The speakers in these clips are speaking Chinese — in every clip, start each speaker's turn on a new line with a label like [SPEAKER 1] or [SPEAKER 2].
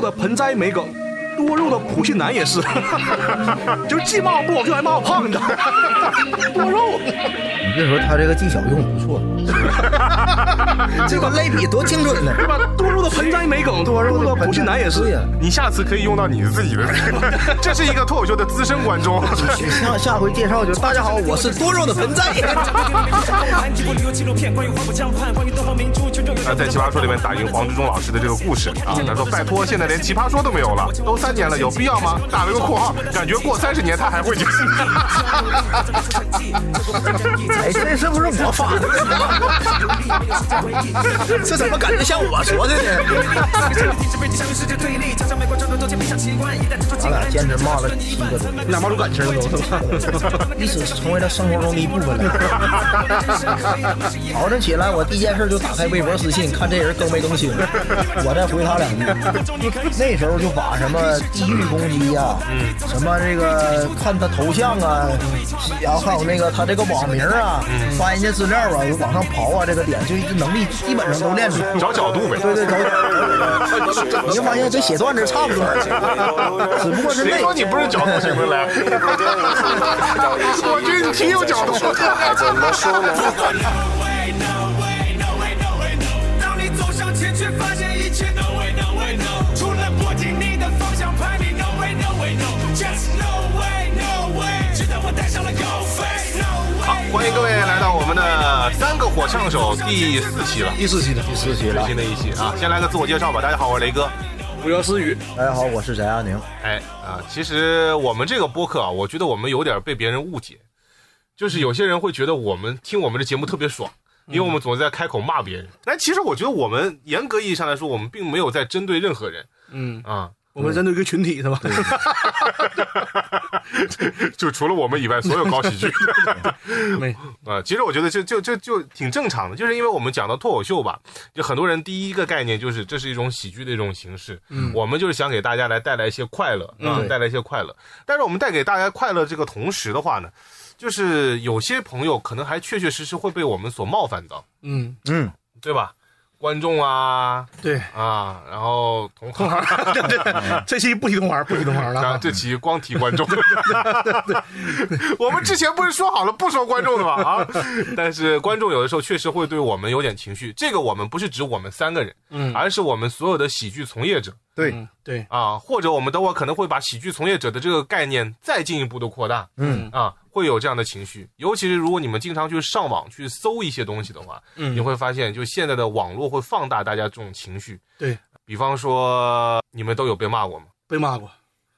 [SPEAKER 1] 的盆栽没梗，多肉的普信男也是， 就是既骂我不好听，还骂我胖子， 多肉。
[SPEAKER 2] 你别说他这个技巧用得不 错，这个类比多精准 呢。
[SPEAKER 1] 对吧？多肉的盆栽没梗，多肉的普信男也
[SPEAKER 2] 对
[SPEAKER 1] 是
[SPEAKER 2] 呀。、
[SPEAKER 3] 你下次可以用到你自己的， 这是一个脱口秀的资深观众。
[SPEAKER 2] 下下回介绍就是大家好，我是多肉的盆栽。
[SPEAKER 3] 那在《奇葩说》里面打赢黄志忠老师的这个故事啊，他说：“拜托，现在连《奇葩说》都没有了，都三年了，有必要吗？”打了个括号，感觉过三十年他还会觉
[SPEAKER 2] 哎，这是不是我发 的？这怎么感觉像我说的呢？咱俩坚持骂了七 个钟，
[SPEAKER 1] 俩妈都感情了都 是吧？
[SPEAKER 2] 历史成为了生活中的一部 分了。早晨起来，我第一件事就打开微博私信，看这人更没更新，我再回他两句。那时候就把什么地域攻击呀、
[SPEAKER 3] 嗯
[SPEAKER 2] 什么这个看他头像啊，
[SPEAKER 3] 嗯
[SPEAKER 2] 然后还有那个他这个网名啊，翻人家资料啊，往上刨啊，这个点就能力基本上都练出来。
[SPEAKER 3] 找角度呗。
[SPEAKER 2] 对对，找你就发现跟写段子差不多，只不过是
[SPEAKER 3] 谁
[SPEAKER 2] 累
[SPEAKER 3] 说。你不是角 度型的嘞？我觉得你挺有角度。
[SPEAKER 4] 当你走上前，却发现一切 no way no way no，除了握紧你的方向盘，你 no way no way no，just no way no way，直到我戴上了 go face no
[SPEAKER 1] 嗯
[SPEAKER 4] way。
[SPEAKER 3] 欢迎各位来到我们的三个火枪手第四期了，
[SPEAKER 1] 第四期的
[SPEAKER 2] 四期
[SPEAKER 3] 最新的一期啊。先来个自我介绍吧，大家好，我是雷哥。
[SPEAKER 1] 我叫思雨，
[SPEAKER 2] 大家好，我是翟亚宁。
[SPEAKER 3] 哎啊，其实我们这个播客啊，我觉得我们有点被别人误解，就是有些人会觉得我们听我们的节目特别爽，因为我们总是在开口骂别人。嗯但其实我觉得我们严格意义上来说，我们并没有在针对任何人
[SPEAKER 1] 嗯，
[SPEAKER 3] 啊，
[SPEAKER 1] 我们针对一个群体是吧？
[SPEAKER 3] 就除了我们以外，所有搞 喜剧。
[SPEAKER 1] 没，
[SPEAKER 3] 啊，其实我觉得就就就就挺正常的，就是因为我们讲到脱口秀吧，就很多人第一个概念就是这是一种喜剧的一种形式，嗯，我们就是想给大家来带来一些快乐啊、带来一些快乐。但是我们带给大家快乐这个同时的话呢，就是有些朋友可能还确确实实会被我们所冒犯到，
[SPEAKER 1] 嗯，
[SPEAKER 2] 嗯，
[SPEAKER 3] 对吧？观众啊
[SPEAKER 1] 对，
[SPEAKER 3] 啊，然后同行啊，
[SPEAKER 1] 对对，这期不提同行，不提同行了
[SPEAKER 3] 然后
[SPEAKER 1] 啊。
[SPEAKER 3] 这期光提观 众，我们之前不是说好了不说观众的吗？啊，但是观众有的时候确实会对我们有点情绪，这个我们不是指我们三个人，
[SPEAKER 1] 嗯
[SPEAKER 3] 而是我们所有的喜剧从业者
[SPEAKER 2] 对，
[SPEAKER 1] 嗯，对，
[SPEAKER 3] 啊，或者我们等会儿可能会把喜剧从业者的这个概念再进一步的扩大，
[SPEAKER 2] 嗯
[SPEAKER 3] 啊，会有这样的情绪，尤其是如果你们经常去上网去搜一些东西的话，
[SPEAKER 1] 嗯
[SPEAKER 3] 你会发现就现在的网络会放大大家这种情绪，
[SPEAKER 1] 对，
[SPEAKER 3] 比方说你们都有被骂过吗？
[SPEAKER 1] 被骂过，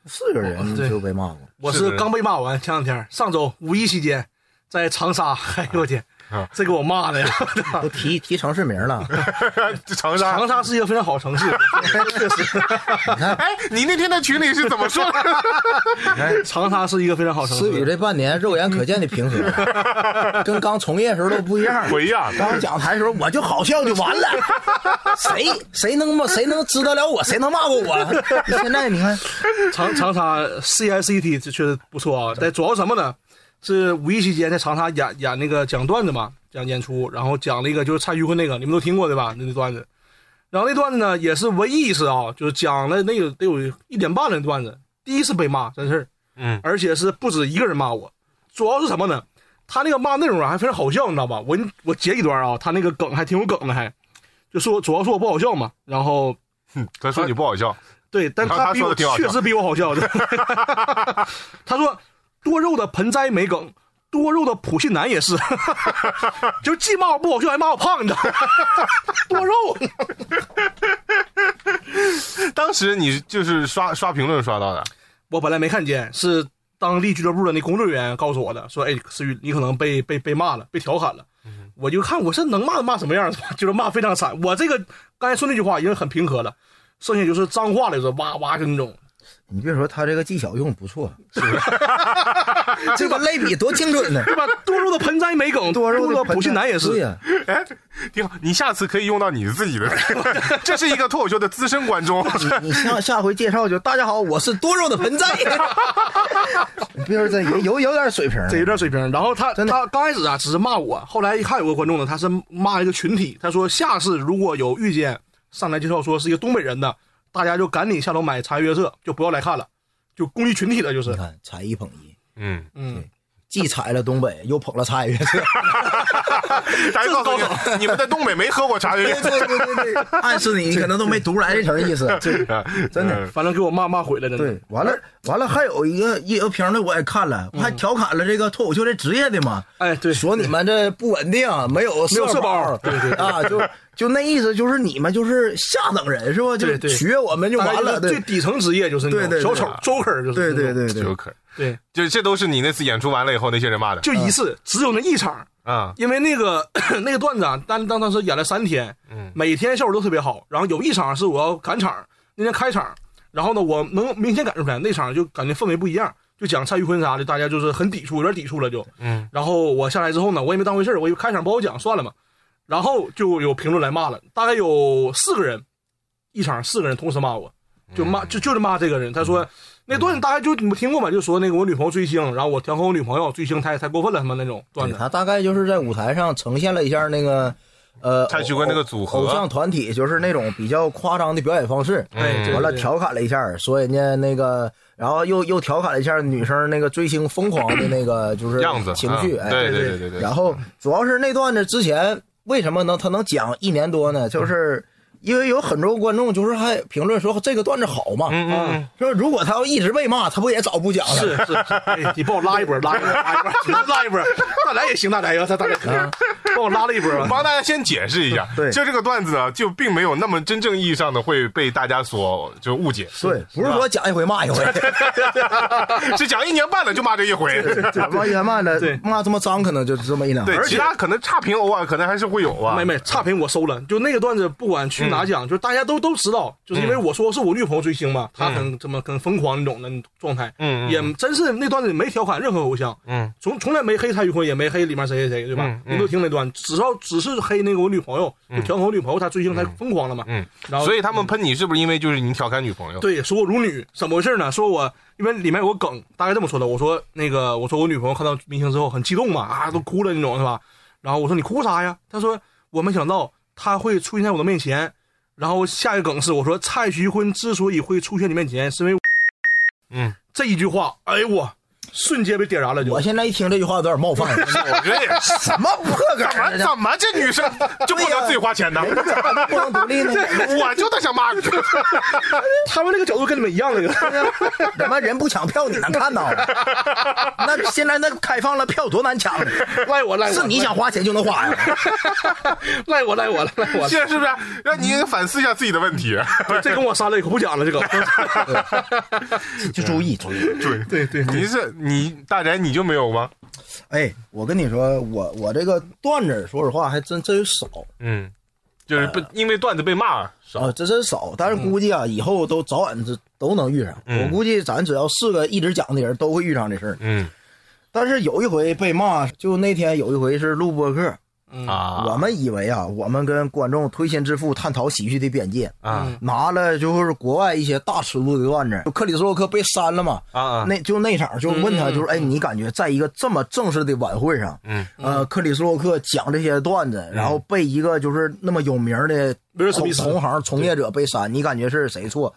[SPEAKER 2] 四个人就被骂过。
[SPEAKER 1] 我
[SPEAKER 3] 是
[SPEAKER 1] 是
[SPEAKER 3] 的
[SPEAKER 1] 刚被骂完，前两天上周五一期间在长沙，哎呦我天
[SPEAKER 3] 啊，
[SPEAKER 1] 这给我骂 的呀！
[SPEAKER 2] 都提提城市名 了，
[SPEAKER 3] 长沙
[SPEAKER 1] 长沙是一个非 常好的城市， 确实，
[SPEAKER 3] 哎，你那天在群里是怎么说 的？
[SPEAKER 1] 长沙是一个非常好的城
[SPEAKER 2] 思雨
[SPEAKER 1] 市。
[SPEAKER 2] 这半年肉眼可见的平和， 跟刚从业时候都不一样。
[SPEAKER 3] 不一样
[SPEAKER 2] 刚讲台的时候我就好笑就完 了，谁谁能骂谁能知得了我，谁能骂 过我？现在你看，
[SPEAKER 1] 长长沙 CICT 这确实不错啊，但主要什么呢？是五一期间在长沙演演那个讲段子嘛，讲演出，然后讲了一个就是蔡徐坤那个，你们都听过对吧？那那段子，然后那段子呢也是唯一一次啊，就是讲了那个得有一点半的段子，第一次被骂，真事儿，
[SPEAKER 3] 嗯，
[SPEAKER 1] 而且是不止一个人骂我，主要是什么呢？他那个骂内容啊还非常好笑，你知道吧？我我截一段啊，他那个梗还挺有梗的还，就说主要说我不好笑嘛，然后
[SPEAKER 3] 嗯他说你不好笑，
[SPEAKER 1] 对，但
[SPEAKER 3] 然后他
[SPEAKER 1] 他比
[SPEAKER 3] 说
[SPEAKER 1] 我
[SPEAKER 3] 得挺好笑
[SPEAKER 1] 确实比我好笑的。 他说多肉的盆栽没梗，多肉的普信男也是， 就是既骂我不好笑，还骂我胖子，多肉。
[SPEAKER 3] 当时你就是刷刷评论刷到的，
[SPEAKER 1] 我本来没看见，是当地俱乐部的那工作人员告诉我的，说哎，思雨，你可能被被被骂了，被调侃了。
[SPEAKER 3] 嗯
[SPEAKER 1] 我就看我是能骂骂什么样子吧，就是骂非常惨。我这个刚才说那句话已经很平和了，剩下就是脏话了，就是哇哇就那种。
[SPEAKER 2] 你别说他这个技巧用得不错， 这个类比多精准呢。
[SPEAKER 1] 对吧？多肉的盆栽没梗，多肉的普信男也是
[SPEAKER 2] 对。呀、
[SPEAKER 3] 哎，挺好， 你下次可以用到你自己的， 这是一个脱口秀的资深观众。
[SPEAKER 2] 你下下回介绍就大家好，我是多肉的盆 栽。你别说这也有有点水平，
[SPEAKER 1] 这有点水平。然后他
[SPEAKER 2] 真的
[SPEAKER 1] 他刚开始啊，只是骂我，后来一看有个观众呢，他是骂一个群体，他说下次如果有遇见上来介绍说是一个东北人的，大家就赶紧下楼买《茶月社》，就不要来看了，就公益群体了，就是
[SPEAKER 2] 你。看才艺捧一，
[SPEAKER 3] 嗯，
[SPEAKER 1] 嗯，
[SPEAKER 2] 既踩了东北，又捧了茶叶。
[SPEAKER 3] 大家告诉 你，你们在东北没喝过茶叶
[SPEAKER 2] 对对对对，暗示你可能都没读出来这词儿意思。
[SPEAKER 3] 啊？
[SPEAKER 2] 真的
[SPEAKER 3] 嗯
[SPEAKER 1] 反正给我骂骂毁了，真的
[SPEAKER 2] 对。，完了完了，还有一个一个评论我也看了，我还调侃了这个脱口秀这职业的嘛，
[SPEAKER 1] 哎，对，
[SPEAKER 2] 说你们这不稳定，啊没有没
[SPEAKER 1] 有社保
[SPEAKER 2] 对对啊，就就那意思就是你们就是下等人是吧？就
[SPEAKER 1] 对对
[SPEAKER 2] 学我们就
[SPEAKER 1] 大概
[SPEAKER 2] 完了，
[SPEAKER 1] 就是最
[SPEAKER 2] 对
[SPEAKER 1] 底层职业就是那
[SPEAKER 2] 对对
[SPEAKER 1] 种小
[SPEAKER 2] 对
[SPEAKER 1] 丑周克，就是
[SPEAKER 2] 对对
[SPEAKER 1] 那种
[SPEAKER 2] 对对
[SPEAKER 3] 有，可能，
[SPEAKER 1] 对，
[SPEAKER 3] 就这都是你那次演出完了以后那些人骂的
[SPEAKER 1] 就一次，
[SPEAKER 2] 嗯
[SPEAKER 1] 只有那一场，
[SPEAKER 3] 啊。
[SPEAKER 1] 因为那个 那个段子啊，当当当时演了三天，
[SPEAKER 3] 嗯
[SPEAKER 1] 每天效果都特别好。然后有一场是我要赶场，那天开场，然后呢，我能明显感受出来，那场就感觉氛围不一样，就讲蔡徐坤啥的，大家就是很抵触，有点抵触了就。
[SPEAKER 3] 嗯，
[SPEAKER 1] 然后我下来之后呢，我也没当回事儿我以为开场不好讲，算了嘛。然后就有评论来骂了，大概有四个人，一场四个人同时骂我，
[SPEAKER 3] 嗯
[SPEAKER 1] 就骂、就就是骂这个人。他说、那段子大概就你们听过吗？就说那个我女朋友追星，然后我调侃我女朋友追星太太过分了什么那种段
[SPEAKER 2] 对
[SPEAKER 1] 子。
[SPEAKER 2] 他大概就是在舞台上呈现了一下那个。呃，
[SPEAKER 3] 蔡徐坤那个组合
[SPEAKER 2] 偶偶像团体就是那种比较夸张的表演方式，
[SPEAKER 3] 嗯
[SPEAKER 1] 哎，对
[SPEAKER 2] 完了
[SPEAKER 1] 对
[SPEAKER 2] 调侃了一下，说人家那个，然后又又调侃了一下女生那个追星疯狂的那个就是
[SPEAKER 3] 样子
[SPEAKER 2] 情绪，
[SPEAKER 3] 啊
[SPEAKER 2] 哎，
[SPEAKER 3] 对
[SPEAKER 2] 对
[SPEAKER 3] 对对对嗯
[SPEAKER 2] 然后主要是那段子之前为什么能他能讲一年多呢？就是因为有很多观众就是还评论说这个段子好嘛，啊
[SPEAKER 3] 嗯嗯
[SPEAKER 2] 说如果他要一直被骂，他不也早不讲了？
[SPEAKER 1] 是是是，哎，你帮我拉一波，拉 一波，拉一波，拉一波，大宅也行，大宅要他大宅可以嗯帮我拉了一 波
[SPEAKER 3] 嗯，
[SPEAKER 1] 吧。
[SPEAKER 3] 帮大家先解释一下，
[SPEAKER 2] 对
[SPEAKER 3] 就这个段子啊，就并没有那么真正意义上的会被大家所就误解，
[SPEAKER 2] 对，不是说讲一回骂一回，
[SPEAKER 3] 是讲一年半了就骂这一回，
[SPEAKER 2] 骂一骂的
[SPEAKER 1] 对
[SPEAKER 2] 骂这么脏，可能就这么一两回。
[SPEAKER 3] 对，
[SPEAKER 1] 而且
[SPEAKER 3] 其他可能差评偶尔可能还是会有啊，
[SPEAKER 1] 没没差评我收了，就那个段子，不管去哪
[SPEAKER 3] 嗯
[SPEAKER 1] 讲，就大家都都知道，就是因为我说是我女朋友追星嘛，她很怎么很疯狂那种的状态，
[SPEAKER 3] 嗯嗯
[SPEAKER 1] 也真是那段子没调侃任何偶像，
[SPEAKER 3] 嗯，
[SPEAKER 1] 从从来没黑蔡徐坤，也没黑里面谁谁谁，对吧
[SPEAKER 3] 嗯？嗯
[SPEAKER 1] 你都听那段，只要只是黑那个我女朋友，就调侃我女朋友她追星太疯狂了嘛，
[SPEAKER 3] 嗯，
[SPEAKER 1] 然后
[SPEAKER 3] 所以他们喷你是不是因为就是你调侃女朋友？
[SPEAKER 1] 对，说我辱女，怎么回事呢？说我因为里面有个梗，大概这么说的，我说那个，我说我女朋友看到明星之后很激动嘛，啊，都哭了那种是吧？然后我说你哭啥呀？她说我没想到她会出现在我的面前。然后下一个梗是我说蔡徐坤之所以会出现你面前，是因为
[SPEAKER 3] 嗯，
[SPEAKER 1] 这一句话，哎呦我瞬间被点燃了就
[SPEAKER 2] 我。现在一听这句话有点冒犯，
[SPEAKER 3] 我觉得也是。
[SPEAKER 2] 什么破梗
[SPEAKER 3] 怎么
[SPEAKER 2] 儿呢？
[SPEAKER 3] 怎么这女生就不能自己花钱呢？
[SPEAKER 2] 不能独立呢？
[SPEAKER 3] 我就得想骂你。
[SPEAKER 1] 他们那个角度跟你们一样的，
[SPEAKER 2] 怎么人不抢票你能看到？那现在那开放了票多难抢，
[SPEAKER 1] 赖我赖我，
[SPEAKER 2] 是你想花钱就能花呀？
[SPEAKER 1] 赖我赖我赖我，
[SPEAKER 3] 现在是不是让你反思一下自己的问题？
[SPEAKER 1] 这跟我删了，可不讲了这个。
[SPEAKER 2] 就注意注意。
[SPEAKER 3] 对 对对，你是你大宅你就没有吗？
[SPEAKER 2] 哎，我跟你说，我我这个段子，说实话还真真少
[SPEAKER 3] 嗯，就是不因为段子被骂少。
[SPEAKER 2] 啊，真真少。但是估计啊，以后都早晚是都能遇上。
[SPEAKER 3] 嗯
[SPEAKER 2] 我估计咱只要是个一直讲的人，都会遇上这事儿。
[SPEAKER 3] 嗯
[SPEAKER 2] 但是有一回被骂，就那天有一回是录播客，
[SPEAKER 3] 啊，
[SPEAKER 2] 我们以为啊，我们跟观众推心置腹探讨喜剧的边界，
[SPEAKER 3] 啊
[SPEAKER 2] 拿了就是国外一些大尺度的段子，就克里斯洛克被删了嘛，
[SPEAKER 3] 啊嗯啊，
[SPEAKER 2] 那就那场就问他，就是哎，你感觉在一个这么正式的晚会上，
[SPEAKER 3] 嗯，
[SPEAKER 2] 呃，克里斯洛克讲这些段子，然后被一个就是那么有名的
[SPEAKER 1] 威尔史
[SPEAKER 2] 同
[SPEAKER 1] 密斯
[SPEAKER 2] 同行从业者被删，你感觉是谁错？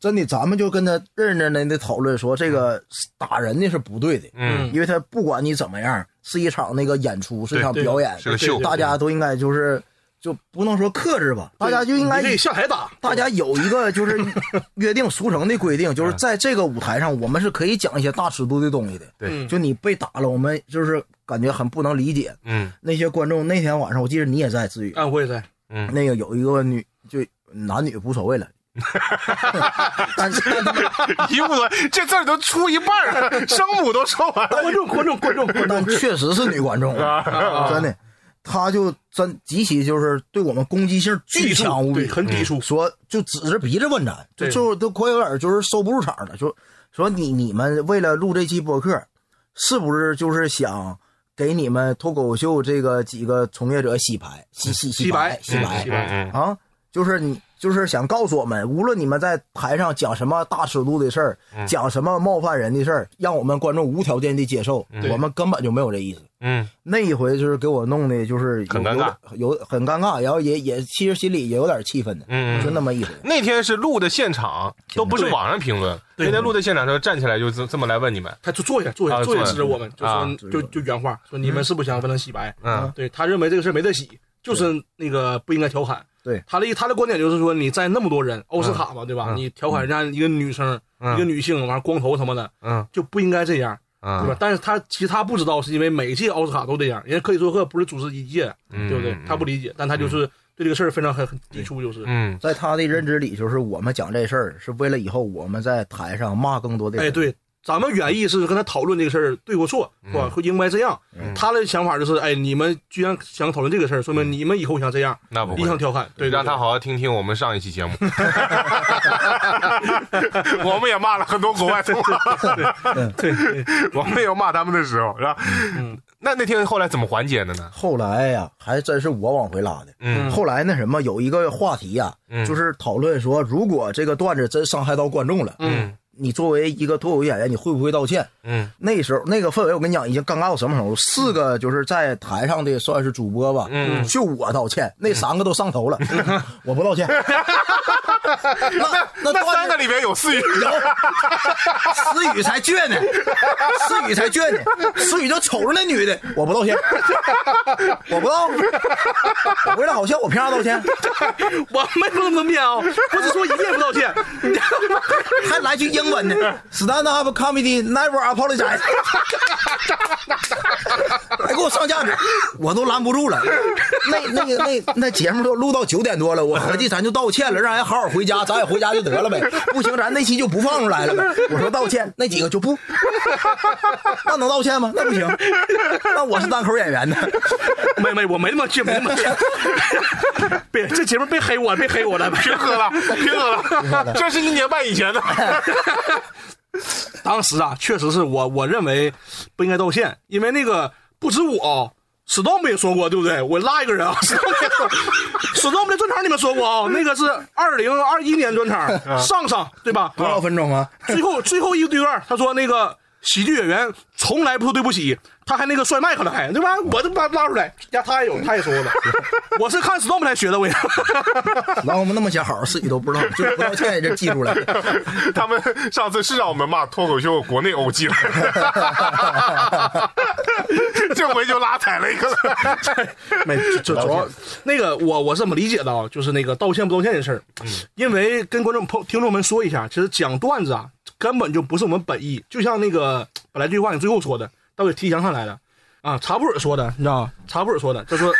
[SPEAKER 2] 真的，咱们就跟他认认真真的讨论说，这个打人的是不对的，
[SPEAKER 3] 嗯，
[SPEAKER 2] 因为他不管你怎么样，是一场那个演出，是一场
[SPEAKER 1] 对
[SPEAKER 2] 表演，
[SPEAKER 3] 是个秀。嗯
[SPEAKER 2] 大家都应该就是就不能说克制吧，大家就应该
[SPEAKER 1] 你可以下台打，
[SPEAKER 2] 大家有一个就是 约定俗成的规定，就是
[SPEAKER 3] 嗯
[SPEAKER 2] 在这个舞台上，我们是可以讲一些大尺度的东西的。
[SPEAKER 3] 对，
[SPEAKER 2] 就你被打了，我们就是感觉很不能理解
[SPEAKER 3] 嗯
[SPEAKER 2] 那些观众。那天晚上，我记得你也在，至于
[SPEAKER 1] 哎，我也在。
[SPEAKER 3] 嗯，
[SPEAKER 2] 那个有一个女，就男女无所 谓了，但是但他们
[SPEAKER 3] 一部分这字儿都出一半了，声母都说完 了。
[SPEAKER 1] 观众观众观众观众
[SPEAKER 2] 但，确实是女观众，
[SPEAKER 1] 啊
[SPEAKER 2] 啊真的，她就真极其就是对我们攻击性巨强无
[SPEAKER 1] 对，
[SPEAKER 2] 比，
[SPEAKER 1] 很抵
[SPEAKER 3] 嗯
[SPEAKER 1] 触。
[SPEAKER 2] 说就指着鼻子问咱，就
[SPEAKER 1] 对
[SPEAKER 2] 就都快有点就是收不住场了，就说你你们为了录这期播客，是不是就是想给你们脱口秀这个几个从业者洗牌洗洗
[SPEAKER 1] 洗白
[SPEAKER 2] 白洗
[SPEAKER 3] 哎
[SPEAKER 1] 嗯洗白
[SPEAKER 2] 啊？就是你就是想告诉我们，无论你们在台上讲什么大尺度的事儿，
[SPEAKER 3] 嗯
[SPEAKER 2] 讲什么冒犯人的事儿，让我们观众无条件的接受，我们根本就没有这意思。
[SPEAKER 3] 嗯，
[SPEAKER 2] 那一回就是给我弄的，就是有
[SPEAKER 3] 很尴尬，
[SPEAKER 2] 有有很尴尬，然后也也其实心里也有点气愤的，
[SPEAKER 3] 嗯
[SPEAKER 2] 就那么一回。
[SPEAKER 3] 那天是录的现场，都不是网上评论。那天录的现场，他站起来就这这么来问你们，
[SPEAKER 1] 他就坐下，坐下，
[SPEAKER 3] 啊
[SPEAKER 1] 坐下
[SPEAKER 3] 坐下
[SPEAKER 1] 指着我们，就
[SPEAKER 3] 啊
[SPEAKER 1] 说就就原话，说你们是不是想为他洗白？
[SPEAKER 3] 嗯
[SPEAKER 1] 对他认为这个事儿没得洗，就是那个不应该调侃。
[SPEAKER 2] 对
[SPEAKER 1] 他的他的观点就是说，你在那么多人，欧斯卡嘛，对吧？
[SPEAKER 3] 嗯
[SPEAKER 1] 你调侃人家一个女生，
[SPEAKER 3] 嗯
[SPEAKER 1] 一个女性，完光头什么的，
[SPEAKER 3] 嗯
[SPEAKER 1] 就不应该这样，对吧
[SPEAKER 3] 嗯，？
[SPEAKER 1] 但是他其实他不知道，是因为每一届奥斯卡都这样，人家克里斯托克不是主持一届，
[SPEAKER 3] 嗯
[SPEAKER 1] 对不对？他不理解，但他就是对这个事儿非常很很抵触，就是。
[SPEAKER 3] 嗯
[SPEAKER 2] 在他的认知里，就是我们讲这事儿是为了以后我们在台上骂更多的人。
[SPEAKER 1] 哎，对，咱
[SPEAKER 3] 嗯
[SPEAKER 1] 们原意是跟他讨论这个事儿对或错，是吧？会应该这样。
[SPEAKER 3] 嗯
[SPEAKER 1] 他的想法就是，哎，你们居然想讨论这个事儿，说明你们以后想这样，
[SPEAKER 3] 那不会
[SPEAKER 1] 你想调侃，对，对
[SPEAKER 3] 让他。好好听听我们上一期节目。 我们也骂了很多国外同行，
[SPEAKER 1] 对对，对
[SPEAKER 3] 我们也有骂他们的时候，是吧？那那天后来怎么缓解的呢？
[SPEAKER 2] 后来呀、还真是我往回拉的。
[SPEAKER 3] 啊嗯
[SPEAKER 2] 后来那什么，有一个话题呀、
[SPEAKER 3] 嗯
[SPEAKER 2] 就是讨论说，如果这个段子真伤害到观众了，
[SPEAKER 3] 嗯
[SPEAKER 2] 你作为一个脱口秀演员，你会不会道歉？
[SPEAKER 3] 嗯
[SPEAKER 2] 那时候那个氛围，我跟你讲，已经尴尬到什么程度？四个就是在台上的算是主播吧，
[SPEAKER 3] 嗯
[SPEAKER 2] 就我道歉，那三个都上头了，我不道 歉。那那
[SPEAKER 3] 那三
[SPEAKER 2] 段子
[SPEAKER 3] 个里面有四语，
[SPEAKER 2] 思雨才倔呢，思雨才倔呢，思雨就瞅着那女的，我不道歉，我不道，我为了好笑，我凭啥道歉？
[SPEAKER 1] 我没有那么面啊，不是说一夜不道歉，
[SPEAKER 2] 还来句英文呢，Stand up comedy never apologize，还给我上价值，我都拦不住了。那那个那那节目都录到九点多了，我合计咱就道歉了，让人好好回家，咱也回家就得了呗。不行，咱那期就不放出来了呗。我说道歉，那几个就不，那能道歉吗？那不行，那我是单口演员呢。
[SPEAKER 1] 没没，我没那么倔，没那么倔。 别，这节目别黑我，别黑我了。
[SPEAKER 3] 平和了，平和了，这是一年半以前的。
[SPEAKER 1] 当时啊，确实是我我认为不应该道歉，因为那个不止我。史东没说过，对不对？我拉一个人啊， 史东没说，史东的专场你们说过啊、那个是二零二一年专场，上上对吧？
[SPEAKER 2] 多少分钟啊？
[SPEAKER 1] 最后最后一个对段，他说那个喜剧演员从来不说对不起，他还那个摔麦克了，还对吧？我都把他拉出来，呀，他也有，他也说了， 我是看 Storm 才学的，我也。
[SPEAKER 2] 然后我们那么些好，自己都不知道，就不道歉也就记住了。
[SPEAKER 3] 他们上次是让我们骂脱口秀国内欧记了， 这回就拉踩了一个了。
[SPEAKER 1] 没，主主要那个我我是怎么理解的啊？就是那个道歉不道歉的事儿，
[SPEAKER 3] 嗯
[SPEAKER 1] 因为跟观众朋听众们说一下，其实讲段子啊，根本就不是我们本意。就像那个本来这句话你最后说的，到底提前看来的啊，查布尔说的，你知道吗？查布尔说的，他 说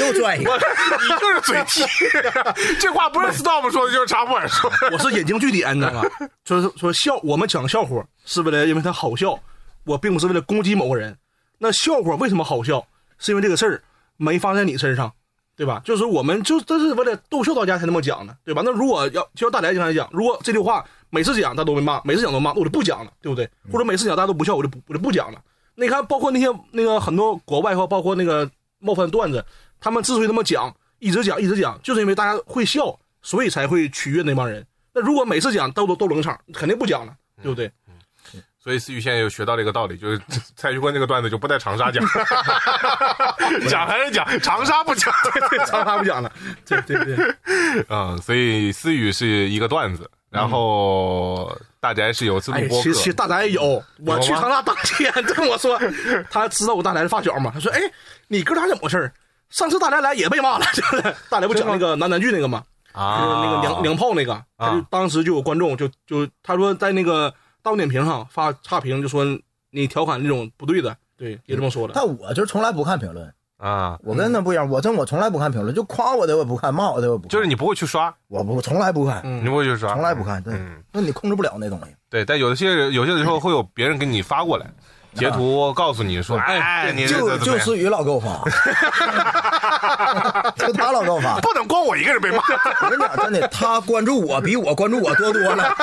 [SPEAKER 2] 又拽一个。
[SPEAKER 3] 哎你就是嘴替，这话不是 Storm 说的，就是查普尔说的。
[SPEAKER 1] 我是引经据典，你知道吗？就是说笑，我们讲笑话是为了因为它好笑，我并不是为了攻击某个人。那笑话为什么好笑？是因为这个事儿没发生在你身上，对吧？就是我们就这是为了逗笑大家才那么讲的，对吧？那如果要就像大家刚才讲，如果这句话每次讲大家都会骂，每次讲都骂，那我就不讲了，对不对？或者每次讲大家都不笑，我就不我就不讲了。那你看，包括那些那个很多国外和包括那个冒犯段子，他们之所以那么讲，一直讲一直讲，就是因为大家会笑，所以才会取悦那帮人。那如果每次讲都都都冷场，肯定不讲了，对不对？
[SPEAKER 3] 所以思雨现在又学到了一个道理，就是蔡徐坤那个段子就不在长沙讲， 讲还是讲，长沙不讲。
[SPEAKER 1] 长沙不讲了，对对对，
[SPEAKER 3] 嗯，所以思雨是一个段子，然后大宅是有自录
[SPEAKER 1] 哎，
[SPEAKER 3] 播
[SPEAKER 1] 其
[SPEAKER 3] 客
[SPEAKER 1] 实其实大宅也嗯有，我去长沙当天 跟我说，他知道我大宅是发小嘛，他说，哎，你哥俩怎么回事儿？上次大宅来也被骂了，就是大宅不讲那个男男剧那个嘛，就
[SPEAKER 3] 啊
[SPEAKER 1] 是那个娘娘炮那个，他就当时就有观众就就他说在那个大众点评上发差评，就说你调侃这种不对的，对，也这么说的。
[SPEAKER 2] 但我就从来不看评论，
[SPEAKER 3] 啊，
[SPEAKER 2] 我跟他不一样，我真我从来不看评论，就夸我的我也不看，骂我的我也不看，
[SPEAKER 3] 就是你不会去刷，
[SPEAKER 2] 我不从来不看，
[SPEAKER 3] 你不会去刷，
[SPEAKER 2] 从来不看。对
[SPEAKER 3] 嗯，
[SPEAKER 2] 那你控制不了那东西。
[SPEAKER 3] 对，但有些人有些时候会有别人给你发过来，截图告诉你说，啊哎，你这
[SPEAKER 2] 就
[SPEAKER 3] 这怎么
[SPEAKER 2] 就
[SPEAKER 3] 样
[SPEAKER 2] 思雨老给我发， 就他老给我发。
[SPEAKER 3] 不能光我一个人被骂。
[SPEAKER 2] 我跟你讲，真的，他关注我比我关注我多多了。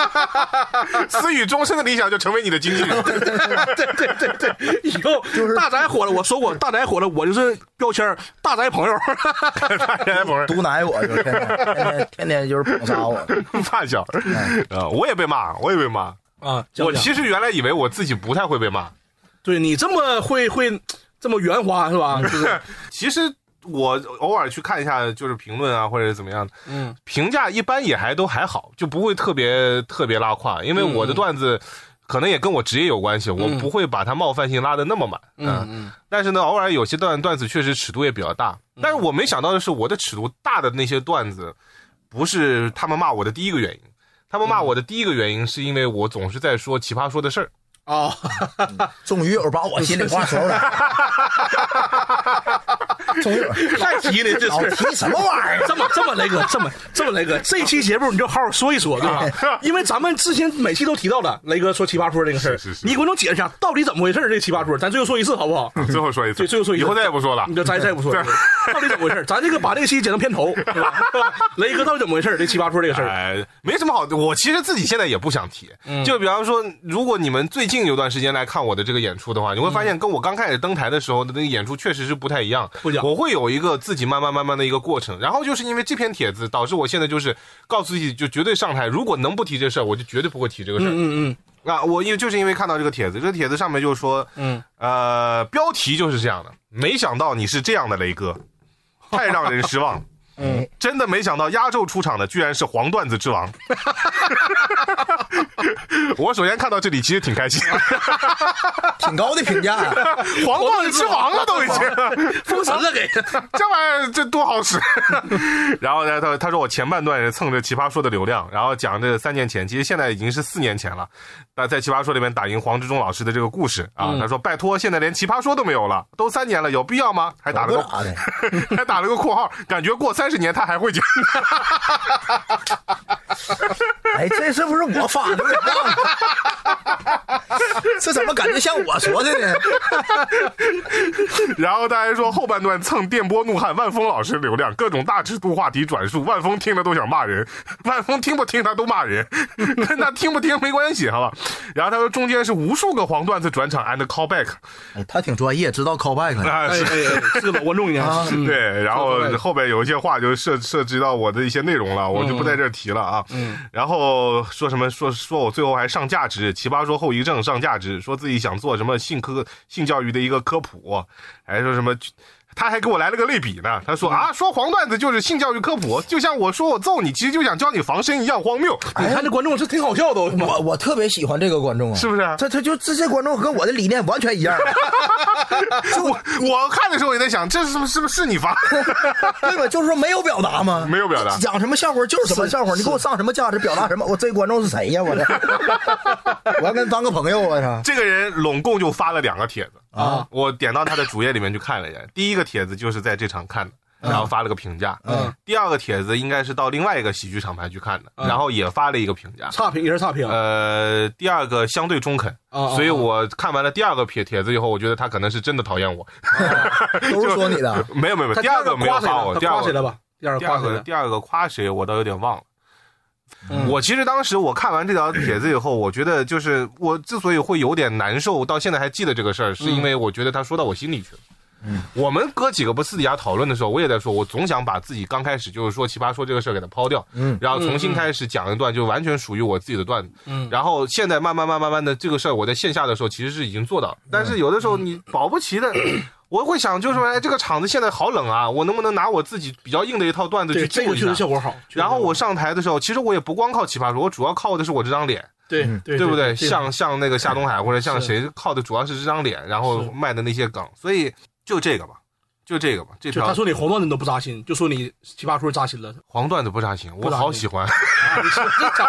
[SPEAKER 3] 思雨终身的理想就成为你的经 纪 人。
[SPEAKER 1] 对对对对，以后大宅火了，我说过大宅火了，我就是标签儿大宅朋友，
[SPEAKER 3] 原来 不是
[SPEAKER 2] 毒奶我就天天天天天天就是捧杀我，
[SPEAKER 3] 发小，啊，我也被骂，我也被骂。
[SPEAKER 1] 啊。
[SPEAKER 3] 我
[SPEAKER 1] 讲讲
[SPEAKER 3] 其实原来以为我自己不太会被骂，
[SPEAKER 1] 对你这么会会这么圆滑是吧？就是
[SPEAKER 3] 其实我偶尔去看一下，就是评论啊，或者是怎么样的，
[SPEAKER 1] 嗯，
[SPEAKER 3] 评价一般也还都还好，就不会特别特别拉胯，因为我的段子。可能也跟我职业有关系，我不会把它冒犯性拉的那么满，嗯嗯。但是呢，偶尔有些段段子确实尺度也比较大，但是我没想到的是，我的尺度大的那些段子，不是他们骂我的第一个原因，他们骂我的第一个原因是因为我总是在说奇葩说的事儿，啊
[SPEAKER 1] 哦，
[SPEAKER 2] 终于有把我心里话说出来了。终于 有
[SPEAKER 1] 太提了，这
[SPEAKER 2] 老
[SPEAKER 1] 是。
[SPEAKER 2] 提什么玩意儿？啊
[SPEAKER 1] 这么这么雷哥，这么这么雷哥，这期节目你就好好说一说，对
[SPEAKER 2] 哎
[SPEAKER 1] 吧？因为咱们之前每期都提到了雷哥说奇葩说这个事儿
[SPEAKER 3] 是是，是
[SPEAKER 1] 你给观众解释一下到底怎么回事儿？这奇葩说，咱最后说一次好不好？
[SPEAKER 3] 最后说一次，
[SPEAKER 1] 对最后说一次
[SPEAKER 3] 以后再也不说了
[SPEAKER 1] 你。这咱再不说了，到底怎么回事儿？咱这个把这个期剪成片头，是吧？雷哥到底怎么回事儿？这奇葩说这个事儿，嗯
[SPEAKER 3] 哎，没什么好。我其实自己现在也不想提。就比方说，如果你们最近有段时间来看我的这个演出的话，你会发
[SPEAKER 1] 嗯
[SPEAKER 3] 现跟我刚开始登台的时候的那个演出确实是不太一样。
[SPEAKER 1] 不一样
[SPEAKER 3] 我会有一个自己慢慢慢慢的一个过程。然后就是因为这篇帖子，导致我现在就是告诉自己，就绝对上台，如果能不提这事儿，我就绝对不会提这个事儿。
[SPEAKER 1] 嗯嗯
[SPEAKER 3] 啊，我因为就是因为看到这个帖子，这个帖子上面就说，
[SPEAKER 1] 嗯，
[SPEAKER 3] 呃，标题就是这样的，没想到你是这样的雷哥，太让人失望了。
[SPEAKER 2] 嗯，
[SPEAKER 3] 真的没想到压轴出场的居然是黄段子之王。我首先看到这里其实挺开心，
[SPEAKER 2] 挺高的评价呀、啊
[SPEAKER 3] 黄段子之王了都已经，
[SPEAKER 1] 嗯，封神了给，
[SPEAKER 3] 这玩意儿这多好使。 然后呢，他他说我前半段是蹭着奇葩说的流量，然后讲这三年前，其实现在已经是四年前了。那在奇葩说里面打赢黄志忠老师的这个故事啊，他说拜托，现在连奇葩说都没有了，都三年了，有必要吗？还打
[SPEAKER 2] 不
[SPEAKER 3] 了个
[SPEAKER 2] 咋的，
[SPEAKER 3] 还打了个括号，感觉过三十年他还会讲。
[SPEAKER 2] 哎，这是不是我发的？我也忘了 这怎么感觉像我说的呢？
[SPEAKER 3] 然后大家说后半段蹭电波怒汉万峰老师流量，各种大尺度话题转述，万峰听了都想骂人， 万峰听不听他都骂人， 跟他听不听没关系，好吧？然后他说中间是无数个黄段子转场 and callback，
[SPEAKER 2] 哎他挺专业，知道 callback 的。
[SPEAKER 3] 啊、
[SPEAKER 1] 哎
[SPEAKER 3] 是。
[SPEAKER 1] 哎，是个老观众
[SPEAKER 2] 啊
[SPEAKER 1] 呀，嗯
[SPEAKER 3] 对，然后后边有一些话就涉涉及到我的一些内容了，我就不
[SPEAKER 1] 嗯
[SPEAKER 3] 在这儿提了啊。然后说什么说说我最后还上价值，奇葩说后遗症上价值，说自己想做什么性科性教育的一个科普，还说什么。他还给我来了个类比呢，他说、
[SPEAKER 1] 嗯
[SPEAKER 3] 啊，说黄段子就是性教育科普，就像我说我揍你，其实就想教你防身一样荒谬，
[SPEAKER 2] 哎
[SPEAKER 1] 你看这观众是挺好笑的，我他妈
[SPEAKER 2] 我我特别喜欢这个观众啊，
[SPEAKER 3] 是不是？
[SPEAKER 2] 这他就这些观众跟我的理念完全一样，
[SPEAKER 3] 我我看的时候也在想，这是不是是不是你 发？
[SPEAKER 2] 对吧？就是说没有表达吗？
[SPEAKER 3] 没有表达
[SPEAKER 2] 讲什么笑话就是什么笑话，你给我上什么价值，表达什 么？我这观众是谁呀？我这，我要跟他当个朋友啊！ 他
[SPEAKER 3] 这个人拢共就发了两个帖子
[SPEAKER 2] 啊，
[SPEAKER 3] 我点到他的主页里面去看了一眼。第一个帖子就是在这场看的，然后发了个评价。
[SPEAKER 2] 嗯，
[SPEAKER 3] 第二个帖子应该是到另外一个喜剧厂牌去看的，
[SPEAKER 1] 嗯
[SPEAKER 3] 然后也发了一个评价。
[SPEAKER 1] 差评也是差评，
[SPEAKER 3] 呃，第二个相对中肯，
[SPEAKER 1] 啊啊
[SPEAKER 3] 所以我看完了第二个帖帖子以后，我觉得他可能是真的讨厌我。
[SPEAKER 2] 都是说你的，
[SPEAKER 3] 没有没有，没有
[SPEAKER 1] 他
[SPEAKER 3] 第二
[SPEAKER 1] 个
[SPEAKER 3] 个没有
[SPEAKER 1] 夸谁
[SPEAKER 3] 发
[SPEAKER 1] 了？
[SPEAKER 3] 我，
[SPEAKER 1] 他
[SPEAKER 3] 第
[SPEAKER 1] 夸
[SPEAKER 3] 二
[SPEAKER 1] 谁
[SPEAKER 3] 个
[SPEAKER 1] 了吧？第二
[SPEAKER 3] 第
[SPEAKER 1] 个
[SPEAKER 3] 二
[SPEAKER 1] 夸谁
[SPEAKER 3] 个
[SPEAKER 1] 了？
[SPEAKER 3] 第二个夸谁，我倒有点忘了。我其实当时我看完这条帖子以后，我觉得就是我之所以会有点难受，到现在还记得这个事儿，是因为我觉得他说到我心里去了。我们哥几个不私底下讨论的时候，我也在说，我总想把自己刚开始就是说奇葩说这个事儿给它抛掉，
[SPEAKER 2] 嗯
[SPEAKER 3] 然后重新开始讲一段就完全属于我自己的段子，
[SPEAKER 1] 嗯
[SPEAKER 3] 然后现在慢慢慢慢慢的这个事儿，我在线下的时候其实是已经做到了，但是有的时
[SPEAKER 1] 嗯
[SPEAKER 3] 候你保不齐的。我会想，就是说，哎，这个场子现在好冷啊，我能不能拿我自己比较硬的一套段子去
[SPEAKER 1] 对，
[SPEAKER 3] 救
[SPEAKER 1] 这
[SPEAKER 3] 一
[SPEAKER 1] 个确
[SPEAKER 3] 下
[SPEAKER 1] 实效果好。
[SPEAKER 3] 然后我上台的时候，其实我也不光靠奇葩说，我主要靠的是我这张脸，
[SPEAKER 1] 对嗯对
[SPEAKER 3] 对不
[SPEAKER 1] 对？
[SPEAKER 3] 像像那个夏东海或者像
[SPEAKER 1] 是
[SPEAKER 3] 谁靠的主要是这张脸，然后
[SPEAKER 1] 是
[SPEAKER 3] 卖的那些梗，所以就这个吧，就这个吧，这
[SPEAKER 1] 就他
[SPEAKER 3] 条
[SPEAKER 1] 说你黄段子都不扎心，就说你奇葩说扎心了。
[SPEAKER 3] 黄段子不咋行，我
[SPEAKER 1] 咋
[SPEAKER 3] 好
[SPEAKER 1] 行
[SPEAKER 3] 喜欢。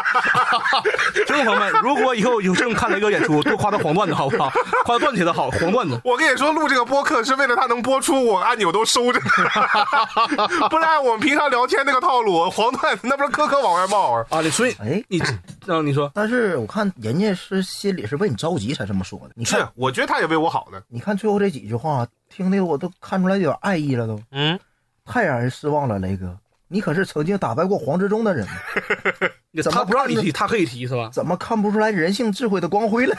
[SPEAKER 1] 听众朋友们，如果以后有幸看雷哥演出，多夸他黄段子好不好？夸他段子的好，黄段子。
[SPEAKER 3] 我跟你说，录这个播客是为了他能播出，我按钮都收着， 不然我们平常聊天那个套路，黄段子那不是颗颗往外冒啊。
[SPEAKER 1] 啊，你所以
[SPEAKER 2] 哎
[SPEAKER 1] 你让你说，
[SPEAKER 2] 但是我看人家是心里是为你着急才这么说的。你
[SPEAKER 3] 是啊
[SPEAKER 2] 看，，
[SPEAKER 3] 我觉得他也为我好呢。
[SPEAKER 2] 你看最后这几句话，听的我都看出来有点爱意了都，
[SPEAKER 3] 嗯，
[SPEAKER 2] 太让人失望了，雷哥，你可是曾经打败过黄执中的人，怎么
[SPEAKER 1] 他不让你
[SPEAKER 2] 看
[SPEAKER 1] 提，他可以提是吧？
[SPEAKER 2] 怎么看不出来人性智慧的光 辉来？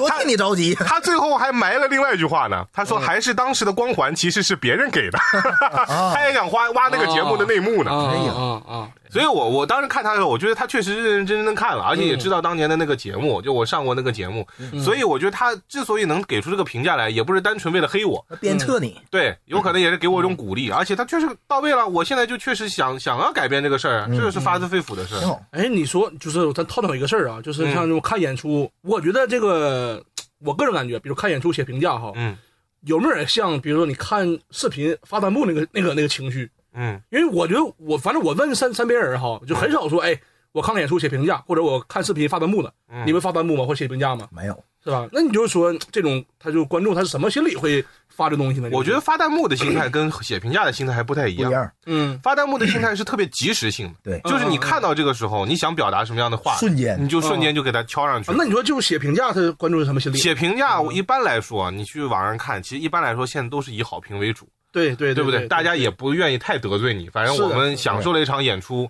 [SPEAKER 2] 我替你着急。
[SPEAKER 3] 他最后还埋了另外一句话呢，他说还是当时的光环其实是别人给的， 他也想挖挖那个节目的内幕呢。
[SPEAKER 1] 啊
[SPEAKER 2] 哎呀
[SPEAKER 1] 啊啊！
[SPEAKER 3] 所以我我当时看他的时候，我觉得他确实认认真真地看了，而且也知道当年的那个节目，就我上过那个节目，所以我觉得他之所以能给出这个评价来，也不是单纯为了黑我，
[SPEAKER 2] 鞭策你，
[SPEAKER 3] 对，有可能也是给我一种鼓励，而且他确实到位了。我现在就确实想想要改变这个事儿，这个是发自肺腑的事儿
[SPEAKER 2] 挺。好。
[SPEAKER 1] 哎，你说就是咱探讨一个事儿啊，就是像这种看演出，我觉得这个我个人感觉，比如看演出写评价哈，
[SPEAKER 3] 嗯
[SPEAKER 1] 有没有点像，比如说你看视频发弹幕那个那个那个情绪？
[SPEAKER 3] 嗯
[SPEAKER 1] 因为我觉得我反正我问身身边人哈，就很少说哎，我看看演出写评价，或者我看视频发弹幕的，
[SPEAKER 3] 嗯
[SPEAKER 1] 你们发弹幕吗？或写评价吗？
[SPEAKER 2] 没有，
[SPEAKER 1] 是吧？那你就是说这种，他就观众他是什么心理会发这东西呢？
[SPEAKER 3] 我觉得，发弹幕的心态跟写评价的心态还不太一
[SPEAKER 2] 不一
[SPEAKER 3] 样。
[SPEAKER 2] 样，
[SPEAKER 1] 嗯，
[SPEAKER 3] 发弹幕的心态是特别及时性的，
[SPEAKER 2] 对
[SPEAKER 3] 就是你看到这个时候，你想表达什么样的话，
[SPEAKER 2] 瞬间
[SPEAKER 3] 你就瞬间就给它敲上去
[SPEAKER 1] 啊。那你说就是写评价，他观众是什么心理？
[SPEAKER 3] 写评价，我一般来说，你去网上看，其实一般来说现在都是以好评为主，
[SPEAKER 1] 对对
[SPEAKER 3] 对不
[SPEAKER 1] 对？
[SPEAKER 3] 大家也不愿意太得罪你，反正
[SPEAKER 1] 是的
[SPEAKER 3] 我们享受了一场演出。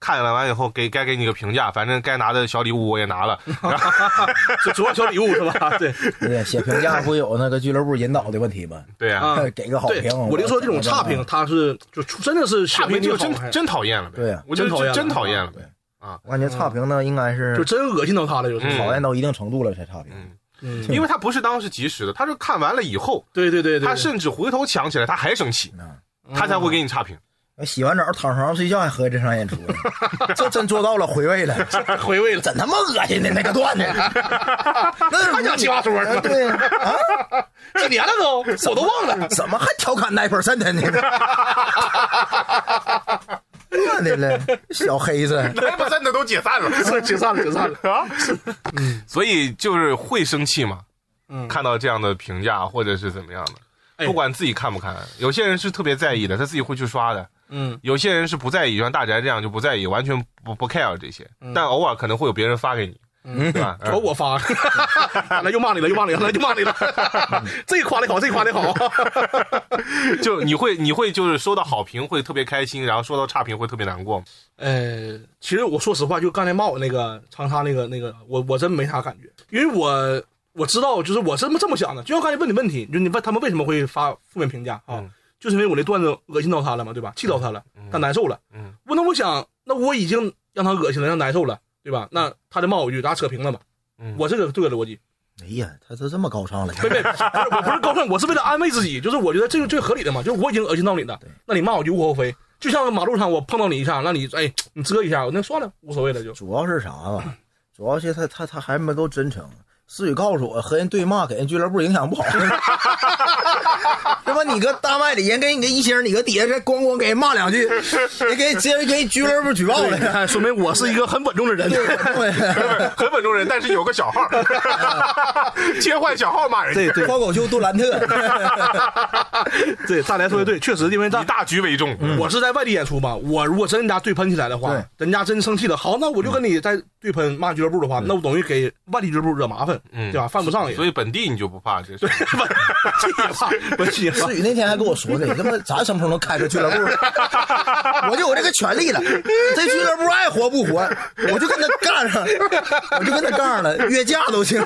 [SPEAKER 3] 看了完以后，给该给你个评价，反正该拿的小礼物我也 拿了，然后
[SPEAKER 1] 主主要小礼物是 吧？对
[SPEAKER 2] 对不对？写评价不有那个俱乐部引导的问题吗？
[SPEAKER 3] 对啊，
[SPEAKER 1] 啊
[SPEAKER 2] 给个好
[SPEAKER 1] 对
[SPEAKER 2] 评。，
[SPEAKER 1] 我就说这种差评，他是就出真的是
[SPEAKER 3] 差
[SPEAKER 1] 写
[SPEAKER 3] 评
[SPEAKER 1] 评
[SPEAKER 3] 就
[SPEAKER 1] 就
[SPEAKER 3] 真真讨厌了呗，
[SPEAKER 2] 对啊
[SPEAKER 3] 我觉
[SPEAKER 1] 嗯真讨厌
[SPEAKER 3] 得
[SPEAKER 1] 了
[SPEAKER 3] 真讨厌了
[SPEAKER 2] 对
[SPEAKER 3] 呗，
[SPEAKER 2] 我感觉差评呢，应该是
[SPEAKER 1] 哎就真恶心到他了，就是
[SPEAKER 3] 嗯
[SPEAKER 2] 讨厌到一定程度了才差评。
[SPEAKER 1] 嗯
[SPEAKER 3] 因为他不是当时及时的，他是看完了以后，
[SPEAKER 1] 对对对对，嗯
[SPEAKER 3] 他甚至回头想起来他还生气，
[SPEAKER 2] 嗯
[SPEAKER 3] 他才会给你差评。
[SPEAKER 2] 我啊哎洗完澡躺床上睡觉还合计这场演出 呢，这真做到了回味了，
[SPEAKER 1] 回味 了。
[SPEAKER 2] 真他妈恶心的那个段子，啊 那是
[SPEAKER 1] 还讲奇葩说呢
[SPEAKER 2] 啊对呀 啊，
[SPEAKER 1] 几年了都，我都忘了。
[SPEAKER 2] 怎么还调侃 nine percent 呢？我的了，小黑子，哎
[SPEAKER 3] 那不真的都解散了，
[SPEAKER 1] 是解散了，解散了。
[SPEAKER 3] 啊，所以就是会生气嘛，
[SPEAKER 1] 嗯
[SPEAKER 3] 看到这样的评价或者是怎么样的，
[SPEAKER 1] 哎
[SPEAKER 3] 不管自己看不看，有些人是特别在意的，他自己会去刷的，
[SPEAKER 1] 嗯，
[SPEAKER 3] 有些人是不在意，像大宅这样就不在意，完全不不 care 这些，但偶尔可能会有别人发给你，对 吧？
[SPEAKER 1] 主要我发， 来又骂你了，又骂你了，来 又骂你了。这夸的好，这夸的 好。
[SPEAKER 3] 就你会你会就是收到好评会特别开心，然后收到差评会特别难过吗。
[SPEAKER 1] 呃，其实我说实话，就刚才骂我那个长沙那个那个，我我真没啥感觉，因为我我知道，就是我是这么这么想的。就像刚才问你问题，就你问他们为什么会发负面评价啊？
[SPEAKER 3] 嗯
[SPEAKER 1] 就是因为我那段子恶心到他了嘛，对吧？气到他了，他难受了。
[SPEAKER 3] 嗯，
[SPEAKER 1] 我那我想，那我已经让他恶心了，让他难受了，对吧？那他得骂我一句，咱扯平了嘛。
[SPEAKER 3] 嗯
[SPEAKER 1] 我这个这个逻辑，
[SPEAKER 2] 哎呀，他都这么高尚了，
[SPEAKER 1] 对对，不是我不是高尚，我是为了安慰自己，就是我觉得这个最合理的嘛，就是我已经恶心到你了，那你骂我就无可厚非。就像马路上我碰到你一下，让你哎你遮一下，我那算了，无所谓了就。
[SPEAKER 2] 主要是啥吧？主要是他他他还没够真诚。思雨告诉我，和人对骂给人俱乐部影响不好， 对吧？你搁大麦里人给你个一星，你搁底下这咣咣给人 骂两句，人给直接给俱乐部举报
[SPEAKER 1] 对，你
[SPEAKER 2] 了。
[SPEAKER 1] 看，说明我是一个很稳重的人。
[SPEAKER 2] 对，
[SPEAKER 3] 很稳重人，但是有个小号，切换小号骂人家，
[SPEAKER 1] 对
[SPEAKER 2] 脱口秀杜兰特，
[SPEAKER 1] 对，大来说的对，确实，因为
[SPEAKER 3] 以
[SPEAKER 1] 大
[SPEAKER 3] 大局为重。
[SPEAKER 1] 我是在外地演出嘛，我如果真人家对喷起来的话
[SPEAKER 2] 对，
[SPEAKER 1] 人家真生气了，好，那我就跟你在对喷骂俱乐部的话，那我等于给外地俱乐部惹麻烦，
[SPEAKER 3] 嗯
[SPEAKER 1] 对吧？犯不上也，
[SPEAKER 3] 所以本地你就不怕这事儿，
[SPEAKER 1] 这也怕，不是也怕
[SPEAKER 2] 思雨那天还跟我说呢，你他妈咱什么时候能开个俱乐部？我就有这个权利了，这俱乐部爱活不活，我就跟他干上，我就跟他杠上了，约架都行，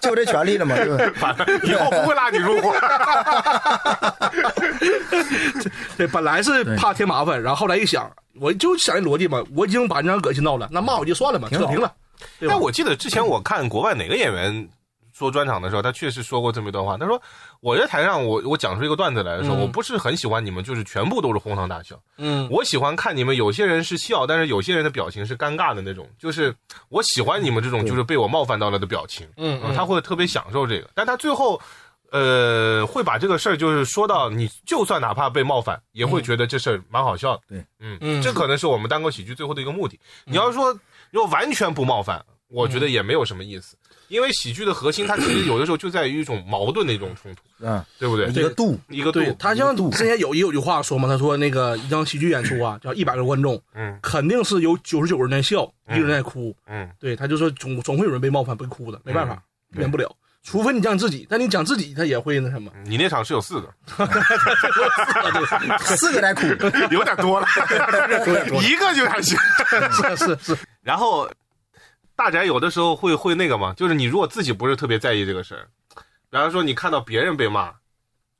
[SPEAKER 2] 就这权利了嘛，对吧？
[SPEAKER 3] 反正 以后不会拉你入伙。
[SPEAKER 1] 对，本来是怕添麻烦，然后后来一想，我就想这逻辑嘛，我已经把人家恶心到了，那骂我就算了嘛，扯
[SPEAKER 2] 好
[SPEAKER 1] 平了。 对吧
[SPEAKER 3] 但我记得之前我看国外哪个演员说专场的时候，他确实说过这么一段话。他说：“我在台上我我讲出一个段子来的时候，我不是很喜欢你们，就是全部都是哄堂大笑。
[SPEAKER 1] 嗯
[SPEAKER 3] 我喜欢看你们有些人是笑，但是有些人的表情是尴尬的那种。就是我喜欢你们这种就是被我冒犯到了的表情。
[SPEAKER 1] 嗯
[SPEAKER 3] 嗯，他会特别享受这个，但他最后，呃，会把这个事儿就是说到你，就算哪怕被冒犯，也会觉得这事儿蛮好笑的。
[SPEAKER 2] 对，
[SPEAKER 3] 嗯，
[SPEAKER 1] 嗯
[SPEAKER 3] 这可能是我们单口喜剧最后的一个目的。你要说如果完全不冒犯，我觉得
[SPEAKER 1] 嗯
[SPEAKER 3] 也没有什么意思，因为喜剧的核心它其实有的时候就在于一种矛盾的一种冲突，
[SPEAKER 2] 嗯，
[SPEAKER 3] 对不对？
[SPEAKER 2] 一个度，
[SPEAKER 3] 一个度，
[SPEAKER 1] 对他像之前有一有句话说嘛，他说那个一场喜剧演出啊，叫一百个观众，
[SPEAKER 3] 嗯
[SPEAKER 1] 肯定是有九十九人在笑，一人在哭，
[SPEAKER 3] 嗯，
[SPEAKER 1] 对，他就说总总会有人被冒犯被哭的，没办法，
[SPEAKER 3] 嗯
[SPEAKER 1] 避免不了。除非你讲你自己，但你讲自己，他也会那什么。
[SPEAKER 3] 你那场是有四个，
[SPEAKER 2] 四个在哭，
[SPEAKER 3] 有点 多了，一个就还行。
[SPEAKER 1] 是是是，
[SPEAKER 3] 然后大宅有的时候会会那个嘛，就是你如果自己不是特别在意这个事儿，比方说你看到别人被骂，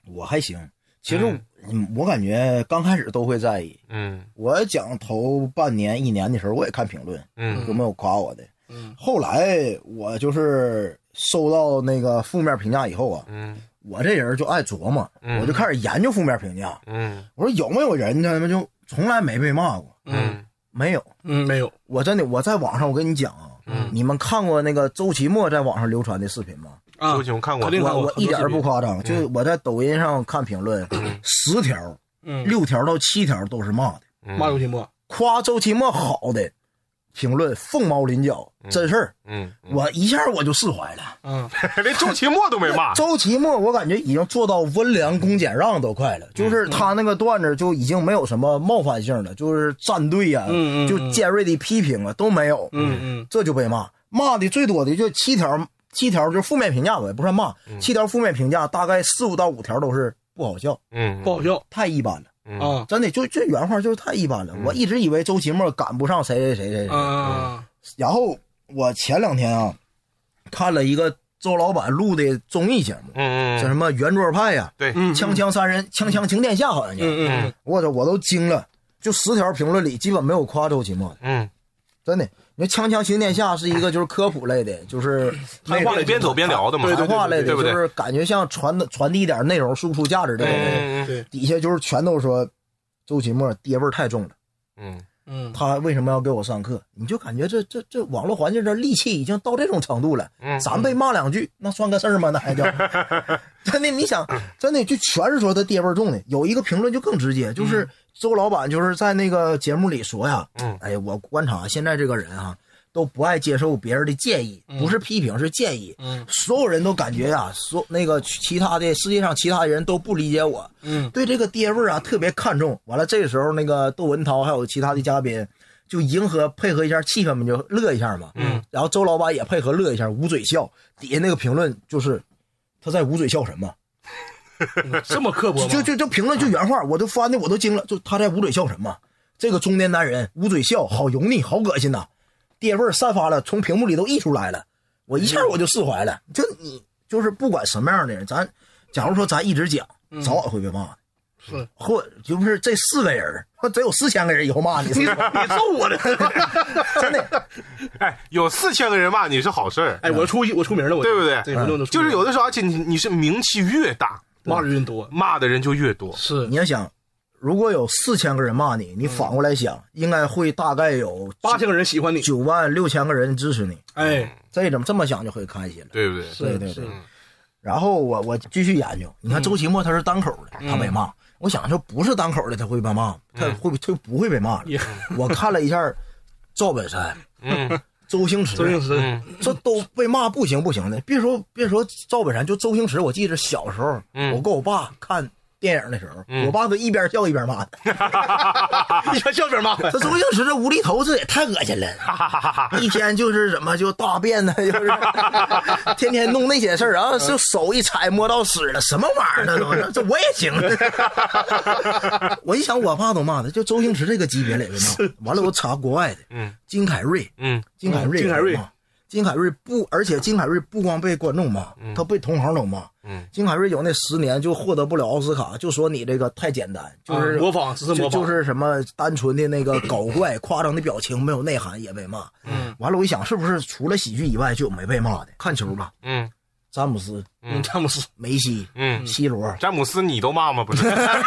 [SPEAKER 2] 我还行。其实我，嗯，我感觉刚开始都会在意。
[SPEAKER 3] 嗯
[SPEAKER 2] 我讲头半年、一年的时候，我也看评论，
[SPEAKER 3] 嗯
[SPEAKER 2] 有没有夸我的。
[SPEAKER 1] 嗯
[SPEAKER 2] 后来我就是收到那个负面评价以后啊，
[SPEAKER 3] 嗯
[SPEAKER 2] 我这人就爱琢磨，
[SPEAKER 3] 嗯
[SPEAKER 2] 我就开始研究负面评价。
[SPEAKER 3] 嗯
[SPEAKER 2] 我说有没有人他妈就从来没被骂过？
[SPEAKER 1] 嗯
[SPEAKER 3] 嗯
[SPEAKER 2] 没有，
[SPEAKER 1] 嗯，没有，
[SPEAKER 2] 我真的我在网上我跟你讲啊，
[SPEAKER 3] 嗯
[SPEAKER 2] 你们看过那个周奇墨在网上流传的视频吗？
[SPEAKER 1] 啊
[SPEAKER 3] 周，琼看过
[SPEAKER 1] 肯，定看
[SPEAKER 2] 我
[SPEAKER 1] 过
[SPEAKER 2] 我一点儿不夸张，
[SPEAKER 3] 嗯
[SPEAKER 2] 就是我在抖音上看评 论，十条
[SPEAKER 1] 嗯，
[SPEAKER 2] 六条到七条都是骂的，
[SPEAKER 3] 嗯
[SPEAKER 1] 骂周奇墨，
[SPEAKER 2] 夸周奇墨好的评论凤毛麟角，真事儿。
[SPEAKER 3] 嗯，
[SPEAKER 2] 我一下我就释怀了。
[SPEAKER 1] 嗯，
[SPEAKER 3] 连周奇墨都没骂，
[SPEAKER 2] 周奇墨，我感觉已经做到温良恭俭让都快了，
[SPEAKER 1] 嗯
[SPEAKER 2] 就是他那个段子就已经没有什么冒犯性了，就是站队呀、
[SPEAKER 1] 嗯嗯嗯
[SPEAKER 2] 就尖锐的批评啊都没有，
[SPEAKER 1] 嗯嗯
[SPEAKER 2] 这就被骂，骂的最多的就七条，七条就负面评价，我也不算骂，
[SPEAKER 1] 嗯
[SPEAKER 2] 七条负面评价大概四五到五条都是不好笑，
[SPEAKER 3] 嗯，
[SPEAKER 1] 不好笑
[SPEAKER 2] 太一般了，
[SPEAKER 1] 啊，
[SPEAKER 2] 真的就这原话就是太一般了，我一直以为周奇墨赶不上谁谁谁谁谁，
[SPEAKER 1] 嗯
[SPEAKER 2] 然后我前两天啊看了一个周老板录的综艺节目。
[SPEAKER 3] 嗯
[SPEAKER 2] 叫
[SPEAKER 3] 嗯，
[SPEAKER 2] 什么圆桌派啊呀、
[SPEAKER 3] 对，
[SPEAKER 1] 嗯，
[SPEAKER 2] 锵锵三人，锵锵情天下，好像叫。
[SPEAKER 1] 嗯嗯
[SPEAKER 2] 我操，我都惊了，就十条评论里基本没有夸周奇墨的，
[SPEAKER 3] 嗯，
[SPEAKER 2] 真的。你说《锵锵行天下》是一个就是科普类的，就是
[SPEAKER 3] 谈话里边走边聊的嘛，
[SPEAKER 2] 谈话类的，
[SPEAKER 3] 对不对
[SPEAKER 2] 就？是感觉像传的传递一点内容、输出价值这种东西。
[SPEAKER 1] 嗯，对，
[SPEAKER 2] 底下就是全都说周奇墨爹味儿太重了，
[SPEAKER 3] 嗯
[SPEAKER 1] 嗯
[SPEAKER 2] 他为什么要给我上课？你就感觉这这这网络环境这戾气已经到这种程度了，
[SPEAKER 3] 嗯
[SPEAKER 2] 咱被骂两句那算个事儿吗？那 还叫真的？你想真的就全是说他爹味儿重的。有一个评论就更直接，就是周老板就是在那个节目里说呀，
[SPEAKER 3] 嗯
[SPEAKER 2] 哎，我观察现在这个人啊，都不爱接受别人的建议，
[SPEAKER 3] 嗯
[SPEAKER 2] 不是批评是建议。
[SPEAKER 1] 嗯
[SPEAKER 2] 所有人都感觉呀、所那个其他的世界上其他人都不理解我，
[SPEAKER 1] 嗯
[SPEAKER 2] 对这个爹味儿啊特别看重。完了，这个时候那个窦文涛还有其他的嘉宾，就迎合配合一下气氛嘛，就乐一下嘛。嗯。然后周老板也配合乐一下，捂嘴笑。底下那个评论就是他在捂嘴笑什么？
[SPEAKER 1] 嗯， 这么刻薄吗啊
[SPEAKER 2] 就？就就评论就原话，我都翻的我都惊了，就他在捂嘴笑什么？这个中年男人捂嘴笑，好油腻，好恶心呐！爹味儿散发了，从屏幕里都溢出来了，我一
[SPEAKER 1] 嗯
[SPEAKER 2] 下我就释怀了。就你就是不管什么样的人，咱假如说咱一直讲，早晚会被骂的。
[SPEAKER 1] 嗯是
[SPEAKER 2] 或就是这四个人儿，或得有四千个人以后骂 你，
[SPEAKER 1] 你你揍我的！
[SPEAKER 2] 真的。
[SPEAKER 3] 哎，有四千个人骂你是好事儿，
[SPEAKER 1] 哎，我出我出名了，我
[SPEAKER 3] 对不对
[SPEAKER 1] 对，我弄
[SPEAKER 3] 就是有的时候，而且你你是名气越大，
[SPEAKER 1] 骂人多，
[SPEAKER 3] 骂的人就越多，
[SPEAKER 1] 是
[SPEAKER 2] 你要想，如果有四千个人骂你，
[SPEAKER 1] 嗯
[SPEAKER 2] 你反过来想，应该会大概有
[SPEAKER 1] 八千个人喜欢你，
[SPEAKER 2] 九万六千个人支持你。
[SPEAKER 1] 哎，
[SPEAKER 2] 这怎么这么想就很开心了。
[SPEAKER 3] 对不对？
[SPEAKER 1] 是
[SPEAKER 2] 对对
[SPEAKER 1] 是
[SPEAKER 2] 对，然后我我继续研究，
[SPEAKER 1] 嗯
[SPEAKER 2] 你看周奇墨他是单口的，他被骂。我想说不是单口的他会被骂，他会不他不会被骂了
[SPEAKER 1] 嗯也
[SPEAKER 2] 我看了一下，赵本山、
[SPEAKER 3] 嗯
[SPEAKER 2] 周星驰、
[SPEAKER 1] 周星驰，
[SPEAKER 3] 嗯
[SPEAKER 2] 这都被骂不行不行的，别说别说赵本山，就周星驰，我记着小时候，
[SPEAKER 3] 嗯
[SPEAKER 2] 我跟我爸看电影的时候，
[SPEAKER 1] 嗯
[SPEAKER 2] 我爸都一边笑一边骂的。
[SPEAKER 1] 你看笑点吗？
[SPEAKER 2] 这周星驰这无厘头这也太恶心了，一天就是怎么就大便呢，就是 天天弄那些事儿，然后就手一踩摸到屎了，什么玩意儿呢都是？这我也行。 我一想，我爸都骂他，就周星驰这个级别里边骂。完了，我查国外的，
[SPEAKER 3] 嗯
[SPEAKER 2] 金凯瑞，
[SPEAKER 3] 嗯
[SPEAKER 2] 金凯瑞，
[SPEAKER 1] 嗯金凯瑞，
[SPEAKER 2] 金凯瑞不，而且金凯瑞不光被观众骂，他被同行都骂。
[SPEAKER 3] 嗯，
[SPEAKER 2] 金凯瑞有那十年就获得不了奥斯卡，就说你这个太简单，就是、
[SPEAKER 1] 啊模仿只是模仿
[SPEAKER 2] 就就是什么单纯的那个搞怪、夸张的表情，没有内涵也被骂。嗯，完了我一想，是不是除了喜剧以外就有没被骂的？看球吧，
[SPEAKER 3] 嗯
[SPEAKER 2] 詹姆斯、
[SPEAKER 1] 嗯，詹姆斯，
[SPEAKER 2] 梅西、
[SPEAKER 3] 嗯，
[SPEAKER 2] C 罗。
[SPEAKER 3] 詹姆斯你都骂吗？不 是，
[SPEAKER 1] 大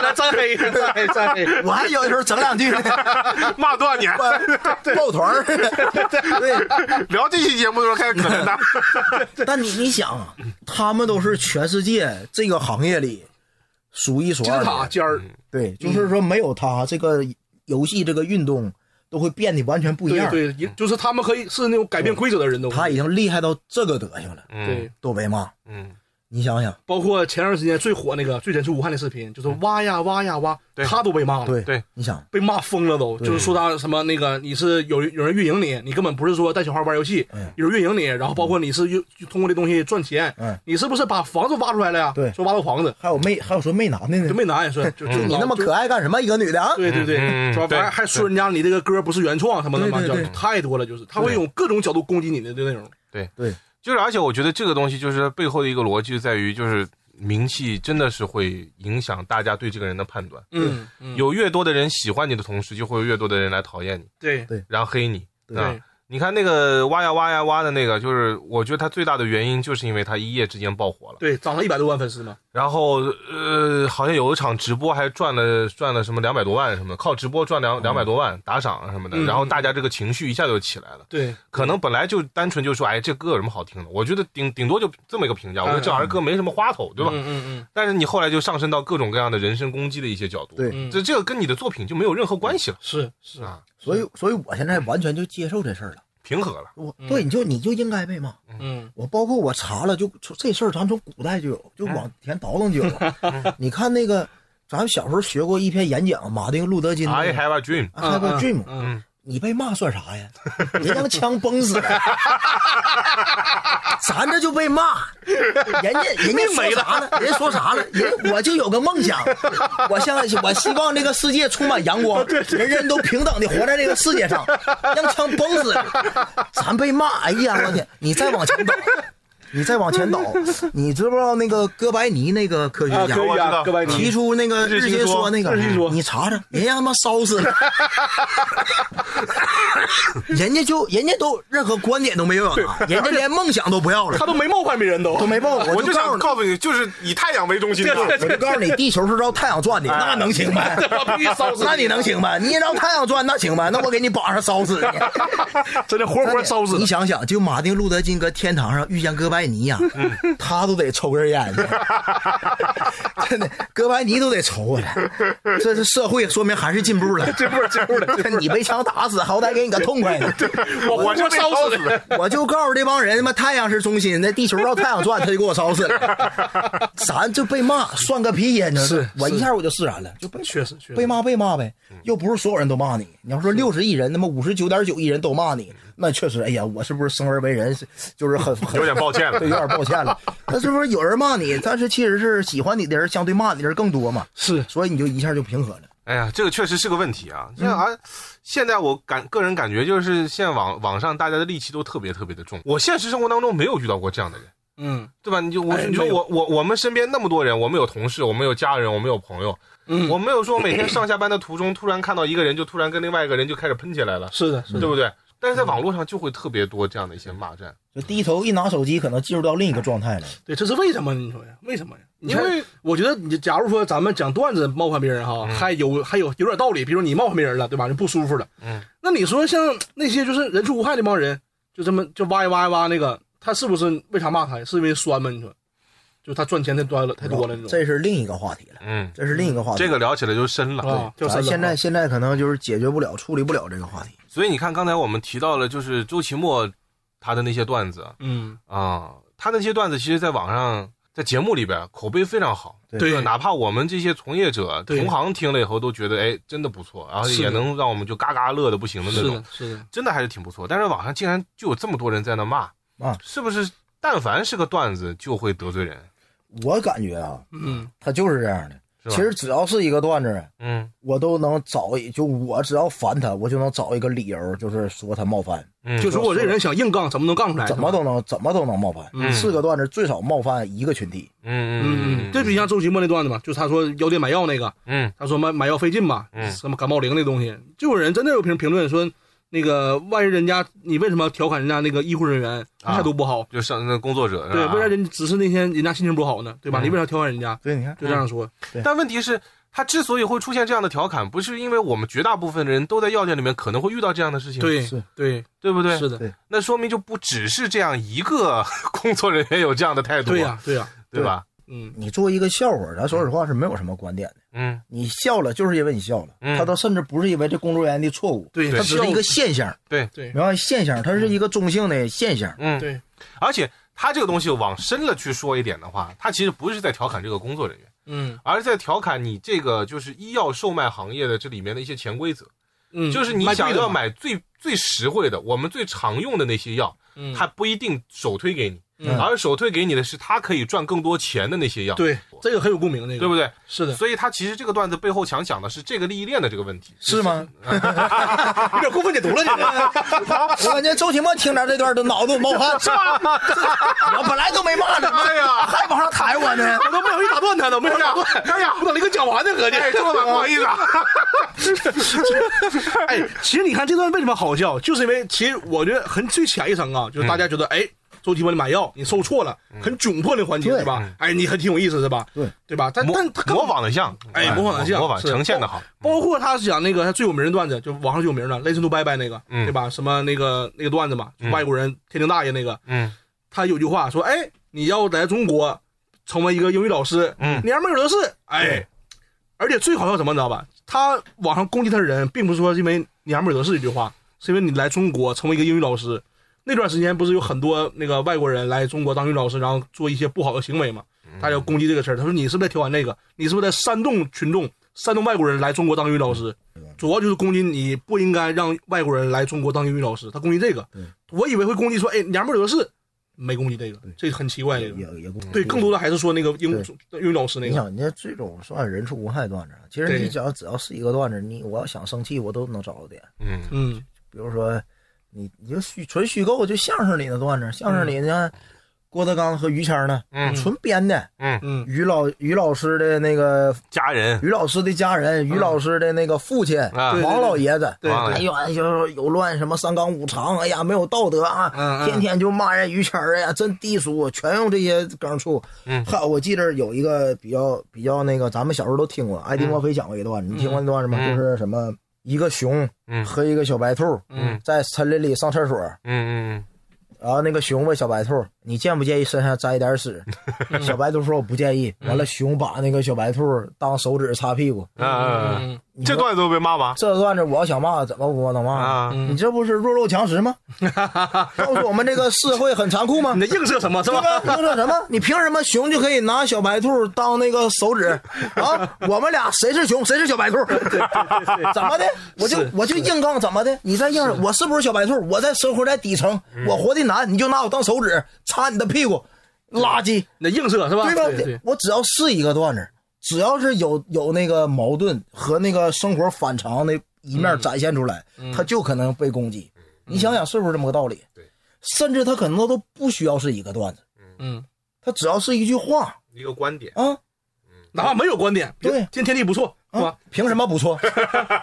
[SPEAKER 1] 家沾黑，沾黑，沾黑，
[SPEAKER 2] 我还有的时候整两句呢，
[SPEAKER 3] 骂多少年？
[SPEAKER 2] 抱团儿。对，
[SPEAKER 3] 聊这期节目的时候开始可怜他。
[SPEAKER 2] 但你你想啊，
[SPEAKER 1] 嗯
[SPEAKER 2] 他们都是全世界这个行业里数一数
[SPEAKER 1] 金
[SPEAKER 2] 二
[SPEAKER 1] 字
[SPEAKER 2] 的。
[SPEAKER 3] 嗯
[SPEAKER 1] 塔尖儿，
[SPEAKER 2] 对，就是说没有他这个游戏这个运动都会变得完全不一
[SPEAKER 1] 对
[SPEAKER 2] 样。
[SPEAKER 1] 对，也就是他们可以是那种改变规则的人都。
[SPEAKER 2] 他已经厉害到这个德行了，
[SPEAKER 1] 对
[SPEAKER 3] 嗯，
[SPEAKER 2] 都被骂。
[SPEAKER 3] 嗯，
[SPEAKER 2] 你想想，
[SPEAKER 1] 包括前段时间最火那个最人出武汉的视频，就是挖呀挖呀挖，
[SPEAKER 3] 嗯对
[SPEAKER 1] 他都被骂了。
[SPEAKER 2] 对
[SPEAKER 3] 对，
[SPEAKER 2] 你想
[SPEAKER 1] 被骂疯了都，就是说他什么那个你是有有人运营你，你根本不是说带小孩玩游戏，
[SPEAKER 2] 嗯
[SPEAKER 1] 有人运营你，然后包括你是用通过这东西赚钱，
[SPEAKER 2] 嗯
[SPEAKER 1] 你是不是把房子挖出来了呀？
[SPEAKER 2] 对嗯
[SPEAKER 1] 说挖到房子
[SPEAKER 2] 还有媚，还有说媚男的
[SPEAKER 1] 就
[SPEAKER 2] 呢，
[SPEAKER 1] 没男也是，就就
[SPEAKER 2] 你那么可，爱干什么？一个女的啊，
[SPEAKER 1] 对对
[SPEAKER 3] 嗯
[SPEAKER 1] 对，
[SPEAKER 3] 嗯
[SPEAKER 1] 是吧？
[SPEAKER 3] 对
[SPEAKER 1] 完还说人家你这个歌不是原创什么的嘛，
[SPEAKER 2] 对对
[SPEAKER 1] 就
[SPEAKER 2] 对
[SPEAKER 1] 太多了，就是他会用各种角度攻击你的内容。
[SPEAKER 2] 对，
[SPEAKER 3] 就是而且我觉得这个东西就是背后的一个逻辑就在于就是。名气真的是会影响大家对这个人的判断。
[SPEAKER 1] 嗯嗯，
[SPEAKER 3] 有越多的人喜欢你的同时，就会有越多的人来讨厌你，
[SPEAKER 1] 对
[SPEAKER 2] 对
[SPEAKER 3] 然后黑你。
[SPEAKER 2] 对
[SPEAKER 3] 啊，你看那个挖呀挖呀挖的那个，就是我觉得他最大的原因，就是因为他一夜之间爆火了。
[SPEAKER 1] 对，涨了一百多万粉丝嘛，
[SPEAKER 3] 然后呃，好像有一场直播还赚了赚了什么两百多万什么的，靠直播赚两两百多万打赏啊什么的。
[SPEAKER 1] 嗯
[SPEAKER 3] 然后大家这个情绪一下就起来了，
[SPEAKER 1] 对
[SPEAKER 3] 可能本来就单纯就说，哎，这歌有什么好听的？我觉得顶顶多就这么一个评价，我觉得这玩意儿歌没什么花头，对吧？
[SPEAKER 1] 嗯嗯嗯，
[SPEAKER 3] 但是你后来就上升到各种各样的人身攻击的一些角度，
[SPEAKER 2] 对
[SPEAKER 1] 嗯
[SPEAKER 3] 这这个跟你的作品就没有任何关系了
[SPEAKER 1] 是是，
[SPEAKER 3] 啊，
[SPEAKER 2] 所以所以我现在完全就接受这事儿了。
[SPEAKER 3] 平和了，
[SPEAKER 2] 我对你就你就应该被骂。
[SPEAKER 1] 嗯
[SPEAKER 2] 我包括我查了，就从这事儿咱从古代就有，就往前倒腾就有。你看那个，咱们小时候学过一篇演讲，马丁路德金的
[SPEAKER 3] ，I have a dream，
[SPEAKER 2] 啊还有个 dream，
[SPEAKER 1] 嗯，
[SPEAKER 2] 你被骂算啥呀？人家枪崩死了，咱这就被骂，人家人家说啥呢？人家说啥了？人我就有个梦想，我相我希望这个世界充满阳光，人人都平等的活在这个世界上，让枪崩死了，咱被骂，哎呀我天！你再往前倒。你再往前倒，你知不知道那个哥白尼那个科学
[SPEAKER 1] 啊，
[SPEAKER 2] 家？
[SPEAKER 1] 可以
[SPEAKER 3] 哎我知
[SPEAKER 1] 啊，
[SPEAKER 3] 道嗯
[SPEAKER 1] 各位
[SPEAKER 2] 提出那个
[SPEAKER 3] 日
[SPEAKER 2] 日心
[SPEAKER 3] 心说
[SPEAKER 2] 说那个，嗯
[SPEAKER 1] 日心说
[SPEAKER 2] 你查查，人家他妈烧死 了，人家就人家都任何观点都没有啊，人家连梦想都不要了
[SPEAKER 1] 他，都没冒犯别人都
[SPEAKER 2] 都没报，
[SPEAKER 3] 我
[SPEAKER 2] 我告诉
[SPEAKER 3] 就 想
[SPEAKER 2] 你，
[SPEAKER 3] 告诉你，就是以太阳为中心的。
[SPEAKER 1] 对
[SPEAKER 2] 我就告诉你，地球是绕太阳转的，那能行吗？
[SPEAKER 1] 哎我必须烧死你啊
[SPEAKER 2] 那你能行吗？你绕太阳转，那行吗？那我给你绑上烧死你。
[SPEAKER 1] 真的活活烧死
[SPEAKER 2] 你想想，就马丁路德金搁天堂上遇见哥白尼呀、
[SPEAKER 1] 嗯
[SPEAKER 2] 他都得抽 根烟去，真的，哥白尼都得抽了。这是社会，说明还是进步了。
[SPEAKER 1] 进步了进步了，
[SPEAKER 2] 你被枪打死，好歹给你个痛快呢。
[SPEAKER 1] 我我是烧死的。
[SPEAKER 2] 我就告诉这帮人，他妈太阳是中心，那地球绕太阳转，他就给我烧死 了。咱就被骂，算个屁呀！你
[SPEAKER 1] 是
[SPEAKER 2] 说我
[SPEAKER 1] 是
[SPEAKER 2] 一下我就释然了，就被
[SPEAKER 1] 确实确实
[SPEAKER 2] 被骂被骂呗，又不是所有人都骂你。你要说六十亿人，他妈五十九点九亿人都骂你，那确实，哎呀，我是不是生而为人是就是很很
[SPEAKER 3] 嗯 有点抱歉 了
[SPEAKER 2] 对，有点抱歉 了。那是不是有人骂你？但是其实是喜欢你的人相对骂你的人更多嘛，
[SPEAKER 1] 是
[SPEAKER 2] 所以你就一下就平和了。
[SPEAKER 3] 哎呀，这个确实是个问题啊！像啊，现在我感个人感觉就是，现在网网上大家的戾气都特别特别的重。我现实生活当中没有遇到过这样的人，
[SPEAKER 1] 嗯
[SPEAKER 3] 对吧？你就我、
[SPEAKER 1] 哎
[SPEAKER 3] 你说
[SPEAKER 1] 没有
[SPEAKER 3] 我我我们身边那么多人，我们有同事，我们有家人，我们有朋友，
[SPEAKER 1] 嗯，
[SPEAKER 3] 我没有说我每天上下班的途中突然看到一个人，就突然跟另外一个人就开始喷起来了，
[SPEAKER 1] 是的，是嗯的
[SPEAKER 3] 对不对？但是在网络上就会特别多这样的一些骂战，
[SPEAKER 2] 就低头一拿手机，可能进入到另一个状态了。
[SPEAKER 1] 对，这是为什么？你说呀，为什么呀？你
[SPEAKER 3] 因
[SPEAKER 1] 看
[SPEAKER 3] 为
[SPEAKER 1] 我觉得你假如说咱们讲段子冒犯别人哈，还有还有有点道理，比如你冒犯别人了，对吧？就不舒服了。
[SPEAKER 3] 嗯，
[SPEAKER 1] 那你说像那些就是人畜无害那帮人，就这么就挖一挖一挖那个，他是不是为啥骂他呀？是因为酸吗？你说，就他赚钱太多了，太多了那种
[SPEAKER 2] 这是另一个话题了，
[SPEAKER 3] 嗯，
[SPEAKER 2] 这是另一个话题。
[SPEAKER 3] 这个聊起来就深了。
[SPEAKER 1] 啊，叫
[SPEAKER 2] 咱
[SPEAKER 1] 三
[SPEAKER 2] 现在现在可能就是解决不了、处理不了这个话题。
[SPEAKER 3] 所以你看，刚才我们提到了，就是周奇墨他的那些段子，
[SPEAKER 1] 嗯，
[SPEAKER 3] 啊、他那些段子其实在网上、在节目里边口碑非常好，
[SPEAKER 1] 对
[SPEAKER 3] 就，哪怕我们这些从业者、
[SPEAKER 1] 对
[SPEAKER 3] 同行听了以后都觉得，哎，真的不错，然后
[SPEAKER 1] 是的
[SPEAKER 3] 也能让我们就嘎嘎乐的不行的那
[SPEAKER 1] 是
[SPEAKER 3] 种
[SPEAKER 1] 的，，是的，
[SPEAKER 3] 真的还是挺不错。但是网上竟然就有这么多人在那骂，
[SPEAKER 2] 啊
[SPEAKER 3] 是不是？但凡是个段子就会得罪人，
[SPEAKER 2] 我感觉啊，
[SPEAKER 1] 嗯
[SPEAKER 2] 他就是这样的。
[SPEAKER 3] 是吧？
[SPEAKER 2] 其实，只要是一个段子，
[SPEAKER 3] 嗯
[SPEAKER 2] 我都能找一，就我只要烦他，我就能找一个理由，就是说他冒犯，
[SPEAKER 3] 嗯，
[SPEAKER 1] 就如果这人想硬杠，怎么能杠出来？
[SPEAKER 2] 怎么都能怎么都能冒犯。
[SPEAKER 1] 哎嗯
[SPEAKER 2] 是个段子最少冒犯一个群体。
[SPEAKER 3] 嗯嗯
[SPEAKER 1] 嗯，这就像周奇墨那段子嘛，就是他说药店买药那个，
[SPEAKER 3] 嗯
[SPEAKER 1] 他说买买药费劲嘛，
[SPEAKER 3] 嗯
[SPEAKER 1] 什么感冒灵那东西，就有人真的有评评论说，那个万一人家你为什么要调侃人家那个医护人员
[SPEAKER 3] 啊
[SPEAKER 1] 态度不好？
[SPEAKER 3] 就上那工作者是
[SPEAKER 1] 对，
[SPEAKER 3] 吧
[SPEAKER 1] 为啥人只是那天人家心情不好呢？对吧？
[SPEAKER 3] 嗯
[SPEAKER 1] 你为啥调侃人家？
[SPEAKER 2] 对，你看，
[SPEAKER 1] 就这样说，
[SPEAKER 3] 但问题是，他之所以会出现这样的调侃，不是因为我们绝大部分人都在药店里面可能会遇到这样的事情，
[SPEAKER 1] 对
[SPEAKER 2] 是
[SPEAKER 1] 对
[SPEAKER 3] 对嗯不对？
[SPEAKER 1] 是的，
[SPEAKER 2] 对
[SPEAKER 3] 那说明就不只是这样一个工作人员有这样的态度，啊
[SPEAKER 1] 对呀对呀，
[SPEAKER 3] 对吧？
[SPEAKER 1] 嗯
[SPEAKER 2] 你做一个笑话，咱说实话是没有什么观点的。
[SPEAKER 3] 嗯
[SPEAKER 2] 你笑了就是因为你笑了，
[SPEAKER 3] 嗯
[SPEAKER 2] 他都甚至不是因为这工作人员的错误，
[SPEAKER 1] 对
[SPEAKER 2] 他只
[SPEAKER 1] 笑
[SPEAKER 2] 是一个现象，
[SPEAKER 3] 对
[SPEAKER 1] 对
[SPEAKER 2] 明白吗？现象，它是一个中性的现象。
[SPEAKER 3] 嗯，
[SPEAKER 1] 对，
[SPEAKER 3] 而且他这个东西往深了去说一点的话，他其实不是在调侃这个工作人员。
[SPEAKER 1] 嗯
[SPEAKER 3] 而是在调侃你这个就是医药售卖行业的这里面的一些潜规则，
[SPEAKER 1] 嗯，
[SPEAKER 3] 就是你想要
[SPEAKER 1] 的，
[SPEAKER 3] 买最最实惠的，我们最常用的那些药，
[SPEAKER 1] 嗯，
[SPEAKER 3] 它不一定首推给你，
[SPEAKER 1] 嗯
[SPEAKER 3] 而首推给你的是它可以赚更多钱的那些药，
[SPEAKER 1] 对这个很有共鸣，这个
[SPEAKER 3] 对不对？
[SPEAKER 1] 是的，
[SPEAKER 3] 所以它其实这个段子背后想讲的是这个利益链的这个问题，
[SPEAKER 2] 是吗？
[SPEAKER 1] 嗯有点过分解读了， 你这
[SPEAKER 2] 我感觉周奇墨听咱这段都脑子都冒汗，是吧？ 我本来都没骂你，
[SPEAKER 3] 哎呀，
[SPEAKER 2] 还往上抬我呢。
[SPEAKER 1] 我都没好意思打断他呢，我没好意思打断，哎呀，我等那个讲完呢，合计。
[SPEAKER 3] 哎，这么不好意思啊，
[SPEAKER 1] 哎，其实你看这段为什么好笑，就是因为其实我觉得很最浅一层啊，就是大家觉得、
[SPEAKER 3] 嗯
[SPEAKER 1] 哎，周奇墨你买药你受挫了，很窘迫的环节
[SPEAKER 2] 对
[SPEAKER 1] 是吧？哎，你很挺有意思是吧？
[SPEAKER 2] 对
[SPEAKER 1] 对吧？ 但
[SPEAKER 3] 嗯模
[SPEAKER 1] 但他
[SPEAKER 3] 模仿的像，
[SPEAKER 1] 哎模仿的像
[SPEAKER 3] 模仿
[SPEAKER 1] 是
[SPEAKER 3] 呈现的好，
[SPEAKER 1] 包括他讲那个他最有名的段子，就网上最有名的雷神都拜拜那个，
[SPEAKER 3] 嗯
[SPEAKER 1] 对吧？什么那个那个段子嘛，
[SPEAKER 3] 嗯
[SPEAKER 1] 外国人天津大爷那个，
[SPEAKER 3] 嗯
[SPEAKER 1] 他有句话说，哎，你要来中国成为一个英语老师，
[SPEAKER 3] 嗯
[SPEAKER 1] 娘们儿有的是，哎
[SPEAKER 3] 对，
[SPEAKER 1] 而且最好笑什么，你知道吧？他网上攻击他的人，并不是说因为娘们儿有的是这句话，是因为你来中国成为一个英语老师，那段时间不是有很多那个外国人来中国当英语老师，然后做一些不好的行为嘛？
[SPEAKER 2] 嗯
[SPEAKER 1] 大家要攻击这个事儿，他说你是不是在调侃这个？你是不是在煽动群众、煽动外国人来中国当英语老师？
[SPEAKER 2] 嗯
[SPEAKER 1] 主要就是攻击你不应该让外国人来中国当英语老师，他攻击这个。我以为会攻击说，哎，娘们儿有的是，没攻击这个，这很奇怪。这
[SPEAKER 2] 也
[SPEAKER 1] 个
[SPEAKER 2] 也
[SPEAKER 1] 对，更多的还是说那个英
[SPEAKER 2] 对
[SPEAKER 1] 英语老师那
[SPEAKER 2] 你
[SPEAKER 1] 个，
[SPEAKER 2] 想，人家这种算人畜无害段子，啊其实
[SPEAKER 1] 对
[SPEAKER 2] 你只要只要是一个段子，你我要想生气，我都能找到点。
[SPEAKER 3] 嗯
[SPEAKER 1] 嗯
[SPEAKER 2] 比如说，你你就虚纯虚构，就相声里的段子，相声
[SPEAKER 1] 嗯
[SPEAKER 2] 里呢，郭德纲和于谦呢，
[SPEAKER 3] 嗯
[SPEAKER 2] 纯编的。
[SPEAKER 3] 嗯，
[SPEAKER 1] 嗯
[SPEAKER 2] 于老于老师的那个
[SPEAKER 3] 家人
[SPEAKER 2] 于老师的家人，于老师的那个父亲，
[SPEAKER 3] 啊
[SPEAKER 1] 嗯对
[SPEAKER 2] 王老爷子。
[SPEAKER 1] 对
[SPEAKER 3] 啊
[SPEAKER 2] 哎呦，哎就是有乱什么三纲五常，哎呀，没有道德啊，
[SPEAKER 1] 嗯嗯
[SPEAKER 2] 天天就骂人于谦儿哎呀，真低俗，全用这些梗出。
[SPEAKER 3] 嗯
[SPEAKER 2] 还有我记得有一个比较比较那个，咱们小时候都听过，爱丁莫菲讲过一段，你听过那段子吗？
[SPEAKER 3] 嗯
[SPEAKER 2] 就是什么一个熊
[SPEAKER 3] 嗯
[SPEAKER 2] 和一个小白兔
[SPEAKER 3] 嗯
[SPEAKER 2] 在森林里上厕所，
[SPEAKER 3] 嗯嗯
[SPEAKER 2] 然后那个熊问小白兔：“你介不介意身上沾一点 屎？”小白兔说：“我不介意。”完了，熊把那个小白兔当手指擦屁股。
[SPEAKER 3] 嗯啊，
[SPEAKER 1] 嗯
[SPEAKER 3] 这段子会被骂吗？
[SPEAKER 2] 这段子我要想骂，怎么我能骂？
[SPEAKER 3] 啊，
[SPEAKER 2] 你这不是弱肉强 食吗？告诉我们这个社会很残酷吗
[SPEAKER 1] 你？的映射什么是
[SPEAKER 2] 对
[SPEAKER 1] 吧？
[SPEAKER 2] 吧？凭着什么？你凭什么熊就可以拿小白兔当那个手 指啊？我们俩谁是熊，谁是小白兔？怎么的？我就是我就硬刚，怎么的？你再硬上，我是嗯不是小白兔？我在生活在底层，我活的难，你就拿我当手指擦你的屁股，垃圾，
[SPEAKER 1] 你的映射是吧？
[SPEAKER 2] 对吧？
[SPEAKER 1] 对对，
[SPEAKER 2] 我只要是一个段子，只要是有有那个矛盾和那个生活反常的一面展现出来，
[SPEAKER 1] 嗯
[SPEAKER 2] 它就可能被攻击。你想想是不是这么个道理？
[SPEAKER 3] 对，
[SPEAKER 2] 甚至它可能都不需要是一个段子。
[SPEAKER 1] 嗯，
[SPEAKER 2] 他只要是一句话
[SPEAKER 3] 一个观点，
[SPEAKER 2] 啊
[SPEAKER 1] 哪怕没有观点，
[SPEAKER 2] 对
[SPEAKER 1] 今天天气不错是
[SPEAKER 2] 啊
[SPEAKER 1] 吧？，
[SPEAKER 2] 凭什么不错？啊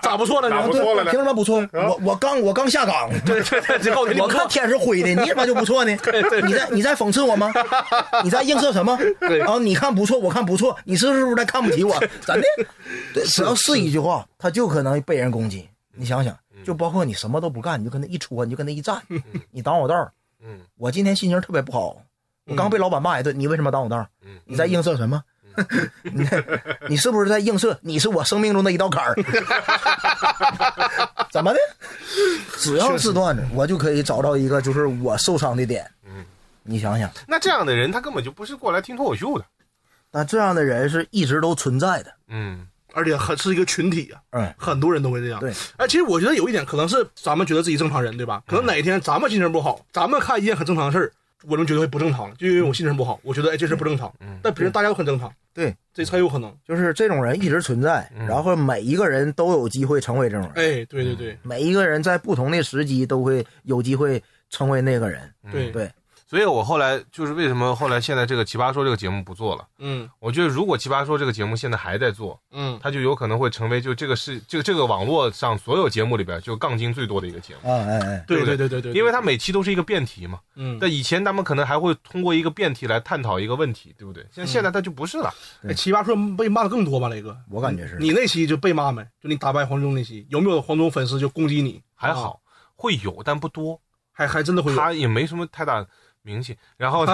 [SPEAKER 1] 咋不错了
[SPEAKER 3] 咋不
[SPEAKER 1] 呢？
[SPEAKER 3] 错
[SPEAKER 2] 对
[SPEAKER 3] 了呢
[SPEAKER 2] 凭什么不 错？我我刚我刚下岗，
[SPEAKER 1] 对对对，这告诉你
[SPEAKER 2] 我看天是灰的，你怎么就不错呢？你在你在讽刺我吗？你在映射什么？啊，你看不错，我看不错，你是不是在看不起我？怎的？对只要是一句话，他就可能被人攻击。你想想，就包括你什么都不干，你就跟他一啊戳，你就跟他一站，你挡我道儿
[SPEAKER 3] 嗯
[SPEAKER 2] 我今天心情特别不好，我刚被老板骂一顿，你为什么挡我道儿
[SPEAKER 3] 嗯
[SPEAKER 2] 你在映射什么？ 你你是不是在映射？你是我生命中的一道坎儿？ 怎么的？只要是段子，我就可以找到一个就是我受伤的点。嗯，你想想，
[SPEAKER 3] 那这样的人他根本就不是过来听脱口秀的，
[SPEAKER 2] 那这样的人是一直都存在的。
[SPEAKER 3] 嗯
[SPEAKER 1] 而且很是一个群体啊，
[SPEAKER 2] 嗯，
[SPEAKER 1] 很多人都会这样。
[SPEAKER 2] 对，
[SPEAKER 1] 哎，其实我觉得有一点，可能是咱们觉得自己正常人，对吧？可能哪一天咱们心情不好，咱们看一件很正常的事儿，我们觉得会不正常了，就因为我心情不好，我觉得哎这事儿不正常，但别人大家都很正常，
[SPEAKER 2] 对，
[SPEAKER 1] 这才有可能。
[SPEAKER 2] 就是这种人一直存在，然后每一个人都有机会成为这种人，
[SPEAKER 1] 哎，对对对
[SPEAKER 2] 每一个人在不同的时机都会有机会成为那个人。
[SPEAKER 1] 对，
[SPEAKER 2] 对，
[SPEAKER 3] 所以我后来就是为什么后来现在这个《奇葩说》这个节目不做了。
[SPEAKER 1] 嗯
[SPEAKER 3] 我觉得如果《奇葩说》这个节目现在还在做，
[SPEAKER 1] 嗯，
[SPEAKER 3] 它就有可能会成为就这个是这个这个网络上所有节目里边就杠精最多的一个节目，
[SPEAKER 2] 啊，哎哎，
[SPEAKER 1] 对
[SPEAKER 3] 对不
[SPEAKER 1] 对对对，
[SPEAKER 3] 因为它每期都是一个辩题嘛。
[SPEAKER 1] 嗯，
[SPEAKER 3] 但以前他们可能还会通过一个辩题来探讨一个问题，对不对？像
[SPEAKER 1] 嗯
[SPEAKER 3] 现在它就不是了。
[SPEAKER 1] 哎奇葩说被骂的更多吧，雷哥？
[SPEAKER 2] 我感觉是
[SPEAKER 1] 你那期就被骂没？就你打败黄忠那期，有没有黄忠粉丝就攻击你？
[SPEAKER 3] 还
[SPEAKER 1] 啊，
[SPEAKER 3] 好会有，但不多，
[SPEAKER 1] 还还真的会有。
[SPEAKER 3] 它也没什么太大。名气，然后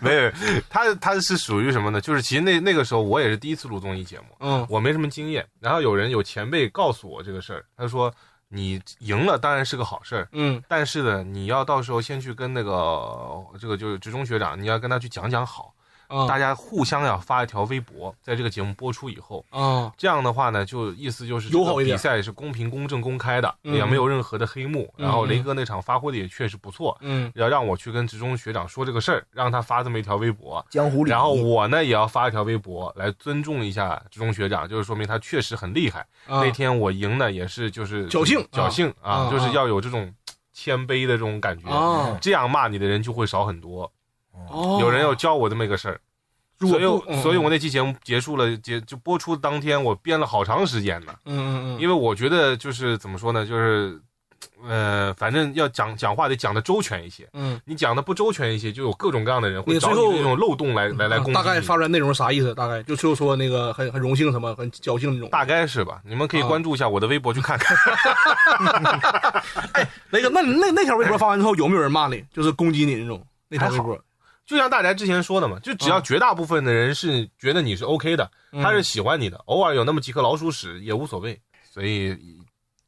[SPEAKER 3] 没有，他他是属于什么呢？就是其实那那个时候我也是第一次录综艺节目，
[SPEAKER 1] 嗯
[SPEAKER 3] 我没什么经验。然后有人有前辈告诉我这个事儿，他说你赢了当然是个好事儿，
[SPEAKER 1] 嗯
[SPEAKER 3] 但是呢，你要到时候先去跟那个这个就是职中学长，你要跟他去讲讲好，
[SPEAKER 1] 啊
[SPEAKER 3] 大家互相要发一条微博，在这个节目播出以后，
[SPEAKER 1] 啊
[SPEAKER 3] 这样的话呢，就意思就是这
[SPEAKER 1] 友好
[SPEAKER 3] 个
[SPEAKER 1] 一点
[SPEAKER 3] 比赛是公平、公正、公开的，
[SPEAKER 1] 嗯
[SPEAKER 3] 也没有任何的黑幕。
[SPEAKER 1] 嗯
[SPEAKER 3] 然后雷哥那场发挥的也确实不错，
[SPEAKER 1] 嗯
[SPEAKER 3] 要让我去跟职中学长说这个事儿，让他发这么一条微博。
[SPEAKER 2] 江湖礼仪。
[SPEAKER 3] 然后我呢也要发一条微博来尊重一下职中学长，就是说明他确实很厉害。
[SPEAKER 1] 啊
[SPEAKER 3] 那天我赢呢也是就是
[SPEAKER 1] 侥幸
[SPEAKER 3] 侥幸啊，
[SPEAKER 1] 啊
[SPEAKER 3] 就是要有这种谦卑的这种感觉。
[SPEAKER 1] 啊
[SPEAKER 3] 这样骂你的人就会少很多。
[SPEAKER 1] 哦，
[SPEAKER 3] 嗯有人要教我这么一个事儿，
[SPEAKER 1] 如
[SPEAKER 3] 所
[SPEAKER 1] 果
[SPEAKER 3] 以我
[SPEAKER 1] 不，
[SPEAKER 3] 所以我那期节目结束了，结就播出当天，我编了好长时间呢。
[SPEAKER 1] 嗯嗯嗯，
[SPEAKER 3] 因为我觉得就是怎么说呢，就是，呃，反正要讲讲话得讲的周全一些。
[SPEAKER 1] 嗯
[SPEAKER 3] 你讲的不周全一些，就有各种各样的人会
[SPEAKER 1] 你
[SPEAKER 3] 找
[SPEAKER 1] 最
[SPEAKER 3] 你
[SPEAKER 1] 后嗯
[SPEAKER 3] 的那种漏洞来来来攻击你。
[SPEAKER 1] 啊大概发出来内容是啥意思？大概就就说那个很很荣幸什么很侥幸那种。
[SPEAKER 3] 大概是吧？你们可以
[SPEAKER 1] 啊
[SPEAKER 3] 关注一下我的微博去看看。
[SPEAKER 1] 雷哥，那你那那条微博发完之后，有没有人骂你？就是攻击你那种那条微博？
[SPEAKER 3] 就像大家之前说的嘛，就只要绝大部分的人是觉得你是 OK 的，
[SPEAKER 1] 嗯
[SPEAKER 3] 他是喜欢你的，偶尔有那么几颗老鼠屎也无所谓。所以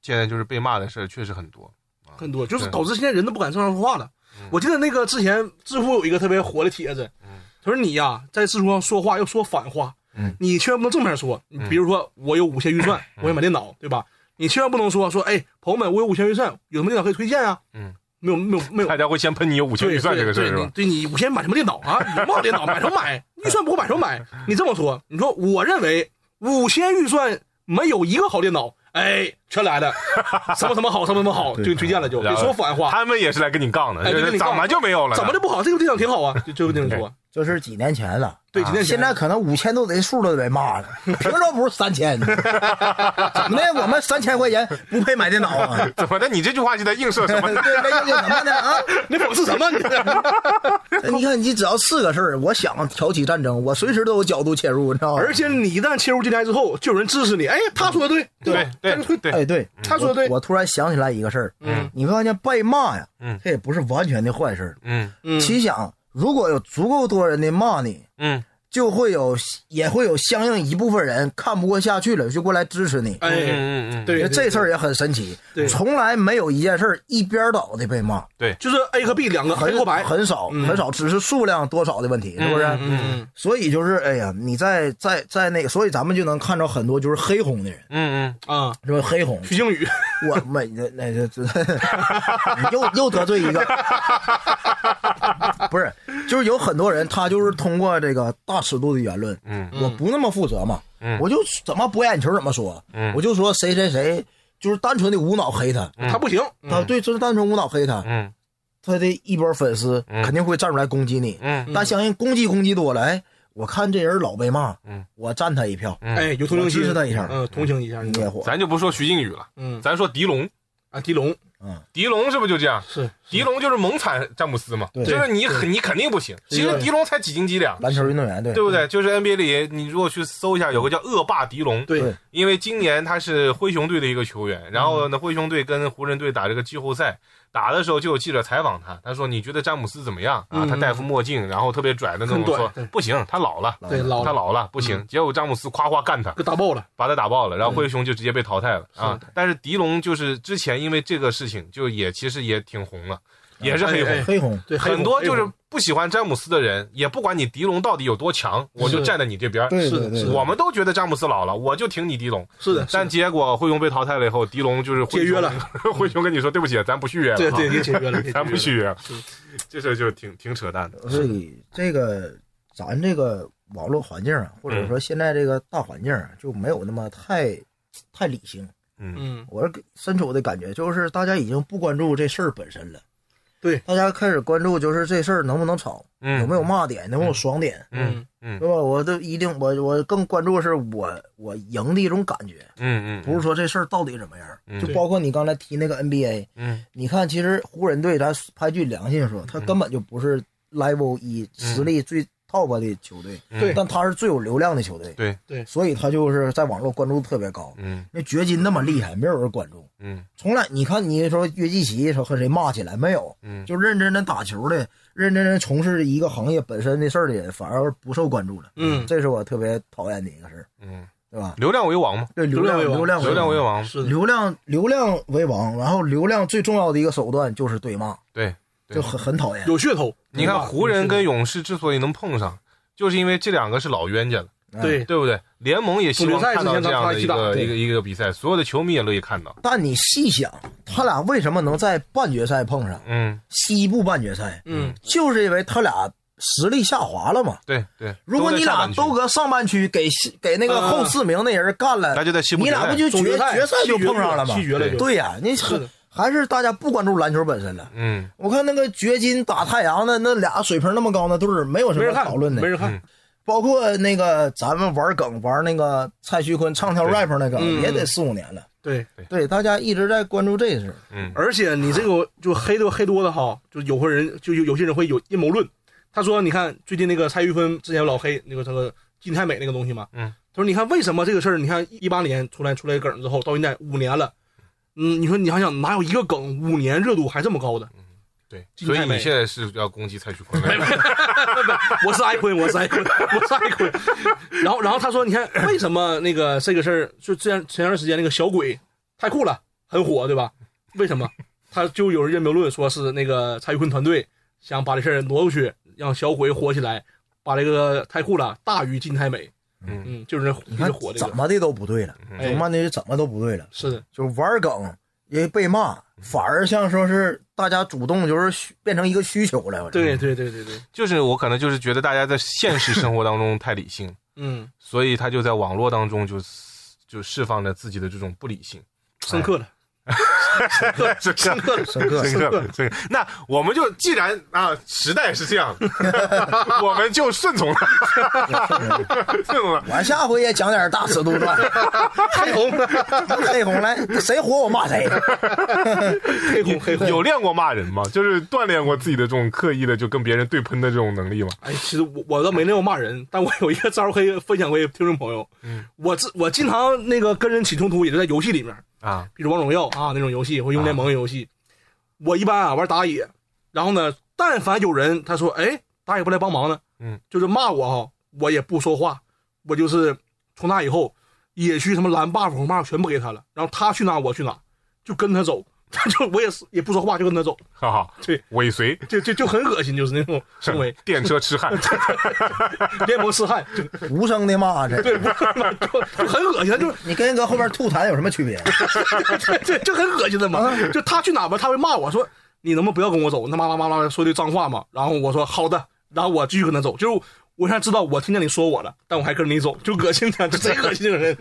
[SPEAKER 3] 现在就是被骂的事儿确实很多。
[SPEAKER 1] 很多，就是
[SPEAKER 3] 啊对嗯
[SPEAKER 1] 导致现在人都不敢正常说话了。我记得那个之前知乎有一个特别火的帖子，他说你呀在知乎上说话要说反话，
[SPEAKER 2] 嗯
[SPEAKER 1] 你千万不能正面说，你
[SPEAKER 3] 嗯
[SPEAKER 1] 比如说我有五千预算，我想买电脑，对吧？你千万不能说说哎朋友们我有五千预算，有什么电脑可以推荐啊？
[SPEAKER 3] 嗯，
[SPEAKER 1] 没有没有没有
[SPEAKER 3] 大，家会先喷你有五千
[SPEAKER 1] 对
[SPEAKER 3] 预算这个事儿
[SPEAKER 1] 对
[SPEAKER 3] 是
[SPEAKER 1] 对你
[SPEAKER 3] 吧？
[SPEAKER 1] 对你五千买什么电脑啊？有没有电脑买什么买？ 预算不够买什么买？你这么说，你说我认为五千预算没有一个好电脑，哎，全来了，什么什么好，什么什么 好，就给你推荐了就，
[SPEAKER 3] 然
[SPEAKER 1] 别
[SPEAKER 3] 后
[SPEAKER 1] 说反话，
[SPEAKER 3] 他们也是来跟你杠的，
[SPEAKER 1] 哎
[SPEAKER 3] 就
[SPEAKER 1] 对
[SPEAKER 3] 是
[SPEAKER 1] 跟你杠
[SPEAKER 3] 怎么就没有了呢？
[SPEAKER 1] 怎么就不好？这个电脑挺好啊，就就跟你说，
[SPEAKER 2] 这是几年前了。
[SPEAKER 1] 对，今天
[SPEAKER 2] 啊现在可能五千都得数都得骂 了，凭什么不是三千 呢？怎么的？我们三千块钱不配买电脑 啊？
[SPEAKER 3] 怎么的？你这句话就在映射什么
[SPEAKER 2] 对，？那又有什么呢？啊？
[SPEAKER 1] 你讽刺什么？你
[SPEAKER 2] 你看，你只要是个事儿，我想挑起战争，我随时都有角度切入，你知道吗？
[SPEAKER 1] 而且你一旦切入进来之后，就有人支持你，哎，他说的 对，
[SPEAKER 3] 对
[SPEAKER 1] 吧？
[SPEAKER 3] 对对，
[SPEAKER 2] 哎，对，
[SPEAKER 1] 他说的对，
[SPEAKER 2] 我突然想起来一个事儿，
[SPEAKER 1] 嗯，
[SPEAKER 2] 你发现被骂呀，
[SPEAKER 3] 嗯
[SPEAKER 2] 这也不是完全的坏事儿。
[SPEAKER 3] 嗯
[SPEAKER 1] 嗯
[SPEAKER 2] 其想，如果有足够多人的骂你，
[SPEAKER 3] 嗯，
[SPEAKER 2] 就会有也会有相应一部分人看不过下去了，就过来支持你。
[SPEAKER 1] 哎，
[SPEAKER 3] 嗯嗯嗯，
[SPEAKER 1] 对，
[SPEAKER 2] 这事
[SPEAKER 1] 儿
[SPEAKER 2] 儿也很神奇
[SPEAKER 1] 对，
[SPEAKER 2] 从来没有一件事儿一边倒的被骂，
[SPEAKER 1] 就是 A 和 B 两个黑
[SPEAKER 2] 很
[SPEAKER 1] 和白，
[SPEAKER 2] 很少
[SPEAKER 1] 嗯
[SPEAKER 2] 很少，只是数量多少的问题，是不是？
[SPEAKER 3] 嗯嗯
[SPEAKER 1] 嗯
[SPEAKER 2] 所以就是，哎呀，你在在在那个，所以咱们就能看到很多就是黑红的人，
[SPEAKER 3] 嗯
[SPEAKER 1] 啊，
[SPEAKER 2] 是吧？黑红，
[SPEAKER 1] 徐静宇，
[SPEAKER 2] 我没那那就就又又得罪一个，不是，就是有很多人他就是通过这个大尺度的言论，
[SPEAKER 3] 嗯
[SPEAKER 2] 我不那么负责嘛，
[SPEAKER 3] 嗯
[SPEAKER 2] 我就怎么博眼球怎么说，
[SPEAKER 3] 嗯
[SPEAKER 2] 我就说谁谁谁就是单纯的无脑黑他，
[SPEAKER 1] 他不行，
[SPEAKER 2] 他对，就是单纯无脑黑他
[SPEAKER 3] 嗯，嗯
[SPEAKER 2] 他的一波粉丝
[SPEAKER 3] 嗯
[SPEAKER 2] 肯定会站出来攻击你，
[SPEAKER 3] 嗯
[SPEAKER 2] 但相信攻击攻击多了，哎，我看这人老被骂，
[SPEAKER 3] 嗯
[SPEAKER 2] 我站他一票，
[SPEAKER 3] 嗯
[SPEAKER 1] 哎，有同情
[SPEAKER 2] 我
[SPEAKER 1] 心，
[SPEAKER 2] 支持他一下
[SPEAKER 1] 嗯，同情一下，你
[SPEAKER 2] 灭火，
[SPEAKER 3] 咱就不说徐静宇了，
[SPEAKER 1] 嗯
[SPEAKER 3] 咱说狄龙，
[SPEAKER 1] 啊，狄龙
[SPEAKER 3] 狄龙是不是就这样？
[SPEAKER 1] 是
[SPEAKER 3] 狄龙就是猛惨詹姆斯嘛，
[SPEAKER 2] 对
[SPEAKER 3] 就是你很你肯定不行。其实狄龙才几斤几两，
[SPEAKER 2] 篮球运动员对
[SPEAKER 3] 对不对？就是 NBA 里，你如果去搜一下，有个叫恶霸狄龙，
[SPEAKER 1] 对
[SPEAKER 2] 对，
[SPEAKER 3] 因为今年他是灰熊队的一个
[SPEAKER 1] 嗯
[SPEAKER 3] 球员，然后呢，灰熊队跟湖人队打这个季后赛，打的时候就有记者采访他，他说你觉得詹姆斯怎么样啊？
[SPEAKER 1] 嗯
[SPEAKER 3] 他戴副墨镜，然后特别拽的那种
[SPEAKER 1] 很拽
[SPEAKER 3] 说
[SPEAKER 1] 对，
[SPEAKER 3] 不行，他老了，
[SPEAKER 1] 对老
[SPEAKER 3] 他
[SPEAKER 1] 了嗯
[SPEAKER 3] 老了，不行。结果詹姆斯夸夸干他，
[SPEAKER 1] 给打爆了，
[SPEAKER 3] 把他打爆了，然后灰熊就直接被淘汰了啊
[SPEAKER 1] 嗯是。
[SPEAKER 3] 但是狄龙就是之前因为这个事情，就也其实也挺红了，也是黑
[SPEAKER 1] 哎
[SPEAKER 3] 红
[SPEAKER 1] 哎。
[SPEAKER 2] 黑红，
[SPEAKER 1] 对，黑
[SPEAKER 3] 很
[SPEAKER 1] 红
[SPEAKER 3] 多
[SPEAKER 1] 黑
[SPEAKER 3] 就是
[SPEAKER 1] 红
[SPEAKER 3] 不喜欢詹姆斯的人，也不管你狄龙到底有多强，我就站在你这边儿。
[SPEAKER 2] 对
[SPEAKER 1] 是的
[SPEAKER 2] 对对
[SPEAKER 1] 是的
[SPEAKER 3] 我们都觉得詹姆斯老了，我就挺你狄龙。
[SPEAKER 1] 是的，
[SPEAKER 3] 但
[SPEAKER 1] 是
[SPEAKER 3] 结果灰熊被淘汰了以后，狄龙就是灰 熊
[SPEAKER 1] 解约了，
[SPEAKER 3] 灰熊跟你说对不起，咱不续约了，
[SPEAKER 1] 的对
[SPEAKER 3] 啊
[SPEAKER 1] 对，也解决了，也
[SPEAKER 3] 咱不
[SPEAKER 1] 解
[SPEAKER 3] 续
[SPEAKER 1] 决了
[SPEAKER 3] 约了，这事儿就挺挺扯淡的。
[SPEAKER 2] 所以这个咱这个网络环境啊，或者说现在这个大环境啊就没有那么太太理性。
[SPEAKER 3] 嗯
[SPEAKER 1] 嗯，
[SPEAKER 2] 我是身处的感觉就是大家已经不关注这事儿本身了，
[SPEAKER 1] 对
[SPEAKER 2] 大家开始关注就是这事儿能不能吵，
[SPEAKER 3] 嗯，
[SPEAKER 2] 有没有骂点，能不能有爽点，
[SPEAKER 3] 嗯？嗯
[SPEAKER 2] 对吧？我都一定，我我更关注的是我我赢的一种感觉，
[SPEAKER 3] 嗯嗯，
[SPEAKER 2] 不是说这事儿到底怎么样。
[SPEAKER 3] 嗯
[SPEAKER 2] 就包括你刚才提那个 NBA，
[SPEAKER 3] 嗯
[SPEAKER 2] 你看，
[SPEAKER 3] 嗯
[SPEAKER 2] 其实湖人队，咱拍句良心说，他根本就不是 level 一实力最 top 的球队，
[SPEAKER 1] 对
[SPEAKER 2] 但他是最有流量的球队，
[SPEAKER 3] 对，
[SPEAKER 2] 所以他就是在网络关注度特别高。
[SPEAKER 3] 嗯
[SPEAKER 2] 那掘金那么厉害，没有人关注，
[SPEAKER 3] 嗯
[SPEAKER 2] 从来你看你说约基奇说和谁骂起来没有？
[SPEAKER 3] 嗯
[SPEAKER 2] 就认真的打球的，认真的从事一个行业本身的事儿的人，反而不受关注了。
[SPEAKER 1] 嗯
[SPEAKER 2] 这是我特别讨厌的一个事儿，
[SPEAKER 3] 嗯，
[SPEAKER 2] 对吧？
[SPEAKER 3] 流量为王嘛，
[SPEAKER 2] 对
[SPEAKER 1] 流
[SPEAKER 2] 流
[SPEAKER 1] 量
[SPEAKER 2] 量
[SPEAKER 1] 为王
[SPEAKER 2] 流量
[SPEAKER 3] 流量为
[SPEAKER 2] 王，
[SPEAKER 3] 王，
[SPEAKER 1] 是的，
[SPEAKER 2] 流量流量为王，然后流量最重要的一个手段就是对骂，
[SPEAKER 3] 对。对
[SPEAKER 2] 就很很讨厌。
[SPEAKER 1] 有噱头。
[SPEAKER 3] 你
[SPEAKER 1] 对
[SPEAKER 3] 看
[SPEAKER 1] 吧
[SPEAKER 3] 湖人跟勇士之所以能碰上，就是因为这两个是老冤家了，
[SPEAKER 2] 哎
[SPEAKER 1] 对
[SPEAKER 3] 对不对？联盟也希望
[SPEAKER 1] 总嗯决赛
[SPEAKER 3] 看到
[SPEAKER 1] 之前
[SPEAKER 3] 这样
[SPEAKER 1] 他们
[SPEAKER 3] 的一
[SPEAKER 1] 还一起打
[SPEAKER 3] 个
[SPEAKER 1] 对
[SPEAKER 3] 一个一个比赛，所有的球迷也乐意看到。
[SPEAKER 2] 但你细想，他俩为什么能在半决赛碰上？
[SPEAKER 3] 嗯，
[SPEAKER 2] 西部半决赛，
[SPEAKER 1] 嗯，
[SPEAKER 2] 就是因为他俩实力下滑了嘛。
[SPEAKER 3] 对对。
[SPEAKER 2] 如果你俩都
[SPEAKER 3] 搁，
[SPEAKER 2] 搁上半区给西给那个后四名那人干
[SPEAKER 1] 啊
[SPEAKER 2] 了，
[SPEAKER 3] 那就在西部
[SPEAKER 2] 你俩不就
[SPEAKER 1] 总
[SPEAKER 2] 哎决
[SPEAKER 1] 赛
[SPEAKER 2] 决赛就碰上了吗
[SPEAKER 1] 七？绝了就。
[SPEAKER 2] 对呀、你
[SPEAKER 1] 是的
[SPEAKER 2] 还是大家不关注篮球本身了。
[SPEAKER 3] 嗯
[SPEAKER 2] 我看那个掘金打太阳的那俩水平那么高那队儿，没有什
[SPEAKER 1] 没
[SPEAKER 2] 么
[SPEAKER 1] 人看，
[SPEAKER 2] 讨论的
[SPEAKER 1] 没。人
[SPEAKER 3] 嗯
[SPEAKER 1] 看。
[SPEAKER 2] 包括那个咱们玩梗玩那个蔡徐坤唱跳
[SPEAKER 3] 对
[SPEAKER 2] rap 那个，
[SPEAKER 1] 嗯
[SPEAKER 2] 也得四五年了。
[SPEAKER 1] 对，
[SPEAKER 2] 对，大家一直在关注这事儿。
[SPEAKER 3] 嗯
[SPEAKER 1] 而且你这个就黑多黑多的哈，就有会人就有有些人会有阴谋论，他说你看最近那个蔡徐坤之前有老黑那个这个金泰美那个东西嘛，
[SPEAKER 3] 嗯，
[SPEAKER 1] 他说你看为什么这个事儿，你看一八年出来出来梗之后到现在五年了，嗯，你说你想想哪有一个梗五年热度还这么高的？
[SPEAKER 3] 对，
[SPEAKER 1] 金
[SPEAKER 3] 所以
[SPEAKER 1] 泰美
[SPEAKER 3] 你现在是要攻击蔡徐坤了。
[SPEAKER 1] 我是爱坤，我是爱坤，我是爱坤。然后，然后他说：“你看，为什么那个这个事儿，就这样前段时间那个小鬼太酷了，很火，对吧？为什么？他就有人阴谋论说是那个蔡徐坤团队想把这事儿挪过去，让小鬼火起来，把这个太酷了大于金太美。
[SPEAKER 3] 嗯
[SPEAKER 1] 嗯，就是
[SPEAKER 2] 你
[SPEAKER 1] 一直
[SPEAKER 2] 看
[SPEAKER 1] 火这
[SPEAKER 2] 怎
[SPEAKER 1] 个，
[SPEAKER 2] 么的都不对了，
[SPEAKER 1] 哎
[SPEAKER 2] 怎么的怎么都不对了。
[SPEAKER 1] 是的，
[SPEAKER 2] 就是玩梗也被骂，反而像说是大家主动就是需变成一个需求了。我觉
[SPEAKER 1] 对
[SPEAKER 2] 得
[SPEAKER 1] 对对对对，
[SPEAKER 3] 就是我可能就是觉得大家在现实生活当中太理性，
[SPEAKER 1] 嗯，
[SPEAKER 3] 所以他就在网络当中就就释放着自己的这种不理 性。
[SPEAKER 1] 深刻了，深刻了，深刻了，
[SPEAKER 2] 深刻
[SPEAKER 3] 这个这个，那我们就既然啊时代是这样 的，我们就顺从它， 顺从 它。
[SPEAKER 2] 我下回也讲点大尺 度的，
[SPEAKER 1] 黑红，
[SPEAKER 2] 黑红来，谁火我骂谁。
[SPEAKER 1] 黑红，黑红。
[SPEAKER 3] 有练过骂人吗？就是锻炼过自己的这种刻意的就跟别人对喷的这种能力吗？
[SPEAKER 1] 哎，其实我我倒没那么骂人，但我有一个招儿可以分享给听众朋友。嗯，我自我经常那个跟人起冲突，也是在游戏里面，
[SPEAKER 3] 啊，
[SPEAKER 1] 比如王者荣耀啊那种游戏，或英雄联盟游戏。我一般啊玩打野，然后呢，但凡有人他说哎打野不来帮忙呢，
[SPEAKER 3] 嗯，
[SPEAKER 1] 就是骂我哈、我也不说话，我就是从那以后，野区什么蓝 buff 红 buff 全部给他了，然后他去哪我去哪，就跟他走， 他就我也是也不说话，就跟他走，
[SPEAKER 3] 哈哈，
[SPEAKER 1] 对，
[SPEAKER 3] 尾随，
[SPEAKER 1] 就就就很恶心，就是那种行为
[SPEAKER 3] 电车痴 汉，
[SPEAKER 1] 联盟痴汉就。
[SPEAKER 2] 无声的骂这，
[SPEAKER 1] 对，不是嘛就就很恶心，就
[SPEAKER 2] 你跟搁后边吐痰有什么 区别？
[SPEAKER 1] 对对，就很恶心的嘛。就他去哪吧，他会骂我说：“你能不能不要跟我走？”他妈妈妈妈说句脏话嘛。然后我说：“好的。”然后我继续跟他走，就是我现在知道我听见你说我了，但我还跟着你走，就恶心他，就贼恶心这个人。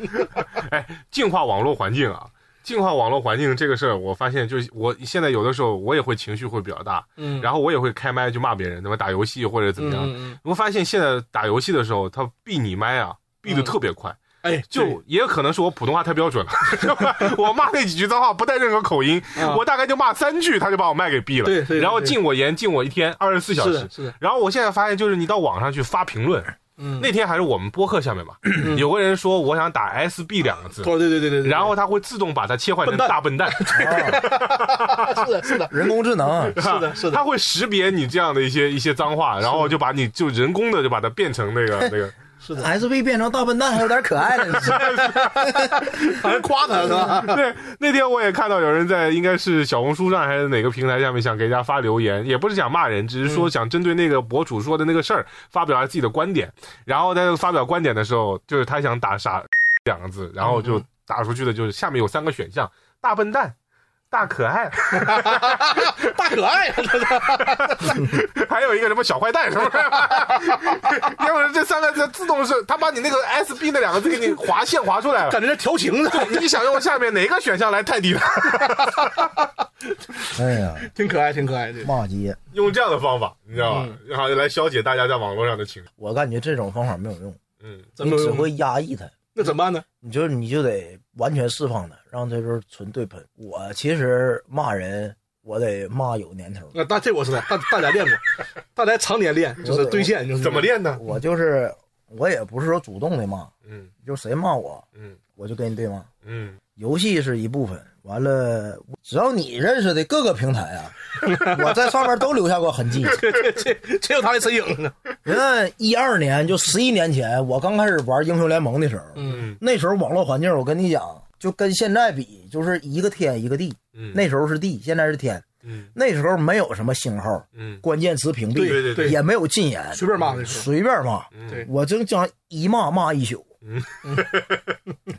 [SPEAKER 3] 哎，净化网络环境啊。净化网络环境这个事儿，我发现就是我现在有的时候我也会情绪会比较大，
[SPEAKER 1] 嗯
[SPEAKER 3] 然后我也会开麦就骂别人，那么打游戏或者怎么样，
[SPEAKER 1] 嗯嗯嗯
[SPEAKER 3] 我发现现在打游戏的时候，他闭你麦啊，闭的特别快，
[SPEAKER 1] 哎，
[SPEAKER 3] 就也可能是我普通话太标 准了，我骂那几句脏话不带任何口音，
[SPEAKER 1] 啊
[SPEAKER 3] 我大概就骂三句，他就把我麦给闭了，
[SPEAKER 1] 对对对
[SPEAKER 3] 然后禁我言，禁我一天二十四小
[SPEAKER 1] 是
[SPEAKER 3] 时
[SPEAKER 1] 的，。是的，
[SPEAKER 3] 然后我现在发现，就是你到网上去发评论，
[SPEAKER 1] 嗯，
[SPEAKER 3] 那天还是我们播客下面吧，有个人说我想打 SB 两个字，
[SPEAKER 1] 哦，对对对对对，
[SPEAKER 3] 然后它会自动把它切换
[SPEAKER 1] 笨
[SPEAKER 3] 成
[SPEAKER 1] 蛋
[SPEAKER 3] 大笨蛋，
[SPEAKER 1] 是的，是的，
[SPEAKER 2] 人工 智能，啊
[SPEAKER 1] 是的， 是
[SPEAKER 3] 它
[SPEAKER 1] 的，
[SPEAKER 3] 会识别你这样的一些一些脏话，然后就把你就人工的就把它变 成那个那个。
[SPEAKER 1] 是的，
[SPEAKER 2] S V 变成大笨蛋还有点可爱了，
[SPEAKER 1] 还夸他是吧？
[SPEAKER 3] 对，那天我也看到有人在应该是小红书上还是哪个平台下面想给人家发留言，也不是想骂人，只是说想针对那个博主说的那个事儿发表一下自己的观点。然后在发表观点的时候，就是他想打傻两个字，然后就打出去的就是下面有三个选项：大笨蛋、大可爱，
[SPEAKER 1] 大可爱啊，这是
[SPEAKER 3] 还有一个什么小坏蛋什么的。 要不然这三个字自动是他把你那个 SB 那两个字给你划线划出来了。
[SPEAKER 1] 感觉在调情呢，
[SPEAKER 3] 你想用下面哪个选项来泰 迪？
[SPEAKER 2] 哎呀，
[SPEAKER 1] 挺可爱，挺可爱的。
[SPEAKER 2] 骂街！
[SPEAKER 3] 用这样的方法，你知道吧？然后来消解大家在网络上的情绪。
[SPEAKER 2] 我感觉这种方法没有用，
[SPEAKER 3] 嗯，
[SPEAKER 1] 怎
[SPEAKER 2] 你
[SPEAKER 1] 么
[SPEAKER 2] 只会压抑它。
[SPEAKER 1] 那怎么办呢？
[SPEAKER 2] 你就你就得完全释放他，让他就是纯对喷。我其实骂人，我得骂有年头。
[SPEAKER 1] 那大这我知道，大大家练过，大家常年练，就是对线，就是
[SPEAKER 3] 怎么？练呢？
[SPEAKER 2] 我就是我也不是说主动的骂，
[SPEAKER 3] 嗯
[SPEAKER 2] 就谁骂我，
[SPEAKER 3] 嗯
[SPEAKER 2] 我就跟你对骂。
[SPEAKER 3] 嗯，
[SPEAKER 2] 游戏是一部分，完了，只要你认识的各个平台啊，我在上面都留下过痕 迹。
[SPEAKER 1] 这这这有他的身影呢。
[SPEAKER 2] 你看，一二年就十一年前，我刚开始玩英雄联盟的时候，
[SPEAKER 1] 嗯
[SPEAKER 2] 那时候网络环境，我跟你讲，就跟现在比，就是一个天一个地。
[SPEAKER 3] 嗯
[SPEAKER 2] 那时候是地，现在是天。
[SPEAKER 3] 嗯
[SPEAKER 2] 那时候没有什么星号，
[SPEAKER 3] 嗯
[SPEAKER 2] 关键词屏蔽，
[SPEAKER 1] 对
[SPEAKER 3] 对对
[SPEAKER 2] 也没有禁言，
[SPEAKER 1] 随便骂的是
[SPEAKER 2] 随便骂。
[SPEAKER 3] 嗯
[SPEAKER 1] 对
[SPEAKER 2] 我真讲一骂骂一宿，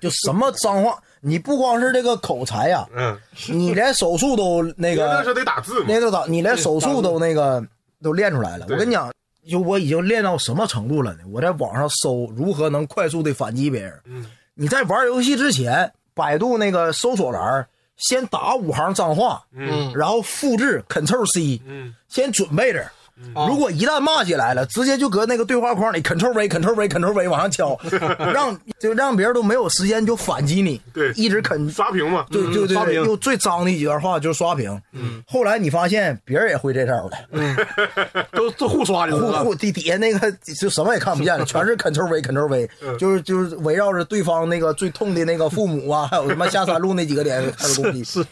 [SPEAKER 2] 就什么脏话，你不光是这个口才 呀、
[SPEAKER 3] 嗯，
[SPEAKER 2] 你连手速都那
[SPEAKER 3] 那
[SPEAKER 2] 个
[SPEAKER 3] 时候得打字嘛
[SPEAKER 2] 那，个咋？你连手速都那个都练出来了。
[SPEAKER 3] 对
[SPEAKER 2] 我跟你讲，就我已经练到什么程度了呢？我在网上搜如何能快速的反击别人。
[SPEAKER 3] 嗯
[SPEAKER 2] 你在玩游戏之前，百度那个搜索栏儿先打五行脏话，
[SPEAKER 3] 嗯
[SPEAKER 2] 然后复制 Ctrl C，
[SPEAKER 3] 嗯
[SPEAKER 2] 先准备着。
[SPEAKER 1] 啊
[SPEAKER 2] 如果一旦骂起来了，直接就搁那个对话框里 Ctrl V Ctrl V Ctrl V 往上 敲，让就让别人都没有时间就反击你，
[SPEAKER 3] 对
[SPEAKER 2] 一直啃
[SPEAKER 3] 刷屏嘛，嗯
[SPEAKER 2] 对对对
[SPEAKER 1] 刷
[SPEAKER 2] 对，
[SPEAKER 1] 屏
[SPEAKER 2] 用最脏的一段话就是刷屏。嗯，后来你发现别人也会这招了，
[SPEAKER 1] 都都互刷的，
[SPEAKER 2] 户户底底下那个就什么也看不见了，全是 Ctrl V Ctrl V，就是
[SPEAKER 1] 嗯
[SPEAKER 2] 就是围绕着对方那个最痛的那个父母啊，还有什么下山路那几个点开始攻击。
[SPEAKER 1] 是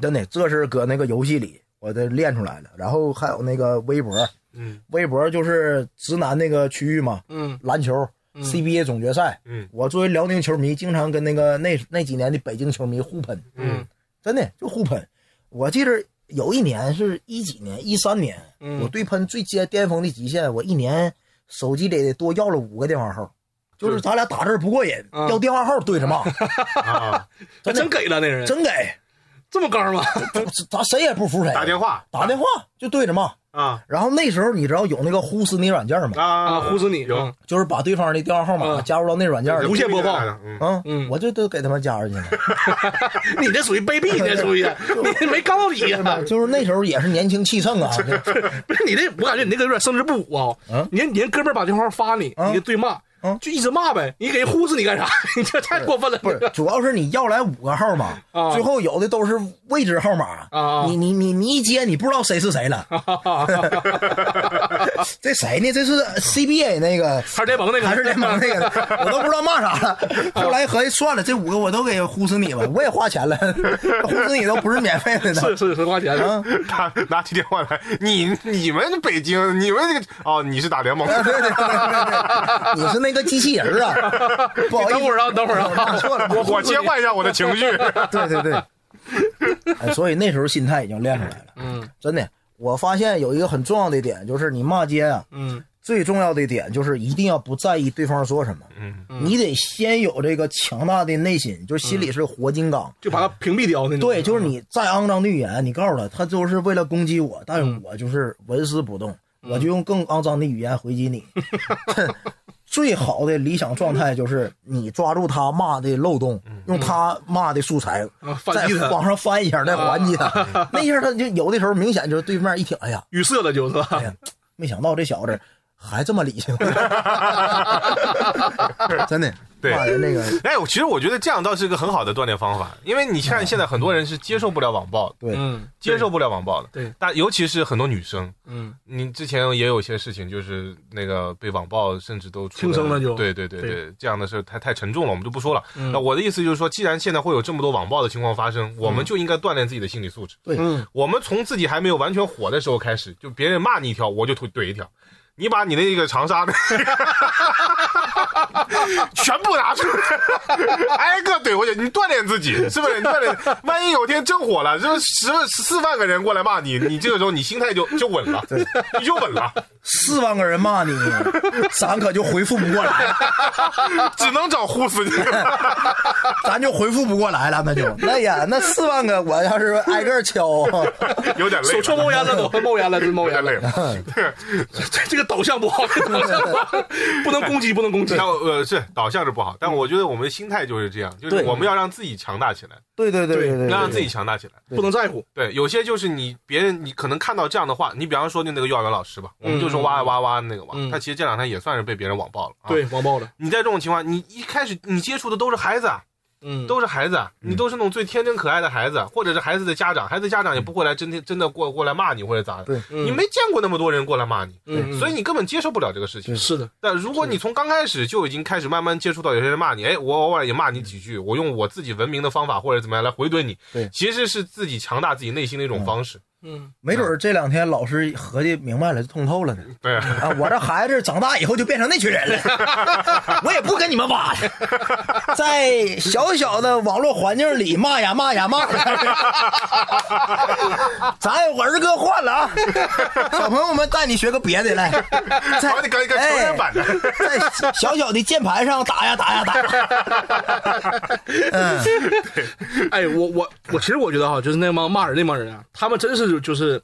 [SPEAKER 2] 真的，这是搁那个游戏里我的练出来的，然后还有那个微博，
[SPEAKER 3] 嗯
[SPEAKER 2] 微博就是直男那个区域嘛，
[SPEAKER 1] 嗯，
[SPEAKER 2] 篮球。CBA 总决赛，
[SPEAKER 3] 嗯
[SPEAKER 2] 我作为辽宁球迷，经常跟那个那那几年的北京球迷互喷，
[SPEAKER 3] 嗯
[SPEAKER 2] 真的就互喷。我记得有一年是一几年，一三年，
[SPEAKER 3] 嗯
[SPEAKER 2] 我对喷最接巅峰的极限，我一年手机里多要了五个电话号，就是咱俩打字不过瘾，
[SPEAKER 1] 嗯
[SPEAKER 2] 要电话号对着 骂，
[SPEAKER 3] 啊，
[SPEAKER 1] 还真给了那人，
[SPEAKER 2] 真给，
[SPEAKER 1] 这么刚吗？
[SPEAKER 2] 咱咱谁也不服谁，
[SPEAKER 3] 打电话
[SPEAKER 2] 打电话就对着骂。
[SPEAKER 3] 啊
[SPEAKER 2] 然后那时候你知道有那个呼死你软件吗？
[SPEAKER 3] 啊
[SPEAKER 1] 啊， 呼死你！
[SPEAKER 3] 有
[SPEAKER 2] 就是把对方的电话号码
[SPEAKER 1] 嗯
[SPEAKER 2] 加入到那软件
[SPEAKER 1] 无
[SPEAKER 2] 里，
[SPEAKER 1] 限播放
[SPEAKER 3] 嗯
[SPEAKER 2] 啊，
[SPEAKER 1] 嗯
[SPEAKER 2] 我就都给他们加上去了。
[SPEAKER 1] 你这属于卑鄙，你这 属于你没刚到底呀、
[SPEAKER 2] 就是那时候也是年轻气盛啊，
[SPEAKER 1] 不是你这，我感觉你那个有点胜之不武啊。
[SPEAKER 2] 嗯
[SPEAKER 1] 你人人哥们儿把电话发你，
[SPEAKER 2] 嗯
[SPEAKER 1] 你就对骂，
[SPEAKER 2] 嗯
[SPEAKER 1] 就一直骂呗。你给人忽视你干啥？ 你这太过分了。
[SPEAKER 2] 不是， 主要是你要来五个号码，
[SPEAKER 1] 啊
[SPEAKER 2] 最后有的都是未知号码，
[SPEAKER 1] 啊
[SPEAKER 2] 你你你你一接，你不知道谁是谁了。这谁呢？这是 CBA 那个。
[SPEAKER 1] 还是联盟那个，啊
[SPEAKER 2] 还是联盟那 个，我都不知道骂啥了。后来合计算了，这五个我都给呼死你吧，我也花钱 了，呼死你都不是免费的呢。
[SPEAKER 1] 是是是花钱的。
[SPEAKER 2] 啊，
[SPEAKER 3] 嗯打拿起电话来，你你们北京，你们这个哦，你是打联盟，
[SPEAKER 2] 对对对对对，你是那个机器人 儿啊，不好意思，
[SPEAKER 1] 等会儿啊，等会儿
[SPEAKER 2] 骂
[SPEAKER 1] 啊，
[SPEAKER 2] 哦错了，
[SPEAKER 3] 我我切换一下我的情绪。
[SPEAKER 2] 对对对，哎，所以那时候心态已经练出来了。嗯，真的，我发现有一个很重要的点，就是你骂街啊，
[SPEAKER 1] 嗯，
[SPEAKER 2] 最重要的点就是一定要不在意对方说什么，
[SPEAKER 3] 嗯，
[SPEAKER 2] 你得先有这个强大的内心，就是心里是火金刚。
[SPEAKER 1] 就把他屏蔽掉那种。
[SPEAKER 2] 对，就是你再肮脏的语言，你告诉他，他就是为了攻击我，但是我就是纹丝不动，我就用更肮脏的语言回击你。 最好的理想状态就是你抓住他骂的漏洞，用他骂的素材
[SPEAKER 1] 啊
[SPEAKER 2] 再
[SPEAKER 1] 反击他
[SPEAKER 2] 往上翻一下，再还击他。 那一下他就有的时候明显就是对面一挺，哎呀，
[SPEAKER 1] 语塞了就是吧
[SPEAKER 2] 哎？呀，没想到这小子还这么理性，真的。
[SPEAKER 3] 对
[SPEAKER 2] 骂人那个
[SPEAKER 3] 哎，我其实我觉得这样倒是一个很好的锻炼方法，因为你看现在很多人是接受不了网暴的，
[SPEAKER 2] 对，
[SPEAKER 1] 嗯，
[SPEAKER 3] 接受不了网暴的，
[SPEAKER 1] 对，
[SPEAKER 3] 但尤其是很多女生，
[SPEAKER 1] 嗯，
[SPEAKER 3] 你之前也有一些事情，就是那个被网暴，甚至都出
[SPEAKER 1] 轻生了就
[SPEAKER 3] 对对对
[SPEAKER 1] 对
[SPEAKER 3] 对，嗯这样的事儿太太沉重了，我们就不说了。那我的意思就是说，既然现在会有这么多网暴的情况发生，我们就应该锻炼自己的心理素质。
[SPEAKER 2] 对
[SPEAKER 1] 嗯，
[SPEAKER 3] 我们从自己还没有完全火的时候开始，就别人骂你一条，我就怼怼一条。你把你那个长沙的 全部 拿出来，挨个怼回去。你锻炼自己，是不是？你锻炼，万一有天真火了，就是十十四万个人过来骂你，你这个时候你心态就就稳了，你就 稳了，
[SPEAKER 2] 四万个人骂你，咱可就回复不过来了。
[SPEAKER 3] 只能找 呼死你。
[SPEAKER 2] 咱就回复不过来了，那就 那呀，那四万个我要是挨个 敲，
[SPEAKER 3] 有点累
[SPEAKER 1] 手
[SPEAKER 3] 了，
[SPEAKER 1] 抽冒烟了都，冒烟了，嗯真冒
[SPEAKER 3] 有
[SPEAKER 1] 烟
[SPEAKER 3] 点累
[SPEAKER 1] 了。
[SPEAKER 3] 了。
[SPEAKER 1] 这 这个导向不好，这个导向不好，不能攻击，不能攻击
[SPEAKER 3] 但。我呃是导向是不好，但
[SPEAKER 1] 嗯
[SPEAKER 3] 我觉得我们的心态就是这样，就是
[SPEAKER 2] 对
[SPEAKER 3] 我们要让自己强大起来，
[SPEAKER 2] 对对对对对，
[SPEAKER 3] 要让自己强大起来。
[SPEAKER 1] 不能在乎，
[SPEAKER 3] 对，有些就是你别人，你可能看到这样的话，你比方说就那个幼儿园老师吧，我们就说哇哇哇那个嘛，
[SPEAKER 1] 嗯
[SPEAKER 3] 他其实这两天也算是被别人网暴了。啊
[SPEAKER 1] 对，，网暴了，
[SPEAKER 3] 你在这种情况，你一开始你接触的都是孩子啊，
[SPEAKER 1] 嗯，
[SPEAKER 3] 都是孩子，你都是那种最天真可爱的孩子，啊或者是孩子的家长，孩子家长也
[SPEAKER 1] 嗯
[SPEAKER 3] 不会来真天真的过过来骂你或者咋的，
[SPEAKER 2] 对
[SPEAKER 3] 你没见过那么多人过来骂你，
[SPEAKER 1] 嗯嗯
[SPEAKER 3] 所以你根本接受不了这个事情。
[SPEAKER 1] 是的，
[SPEAKER 3] 但如果你从刚开始就已经开始慢慢接触到有些人骂你，哎，我偶尔也骂你
[SPEAKER 1] 嗯
[SPEAKER 3] 几句，我用我自己文明的方法或者怎么样来回怼你，
[SPEAKER 2] 对
[SPEAKER 3] 其实是自己强大自己内心的一种方式。
[SPEAKER 1] 嗯
[SPEAKER 2] 没准儿这两天老师合计明白了，就通透了呢。
[SPEAKER 3] 对，
[SPEAKER 2] 啊，我这孩子长大以后就变成那群人了， 我也不跟你们挖了，在小小的网络环境里骂呀骂呀骂呀，咱我儿哥换了啊，小朋友们带你学个别的来，在
[SPEAKER 3] 好你搞一个成人版的
[SPEAKER 2] 哎在小小的键盘上打呀打呀打呀，嗯，
[SPEAKER 1] 哎，我我我其实我觉得哈，就是那帮骂人那帮人啊，他们真是就就是，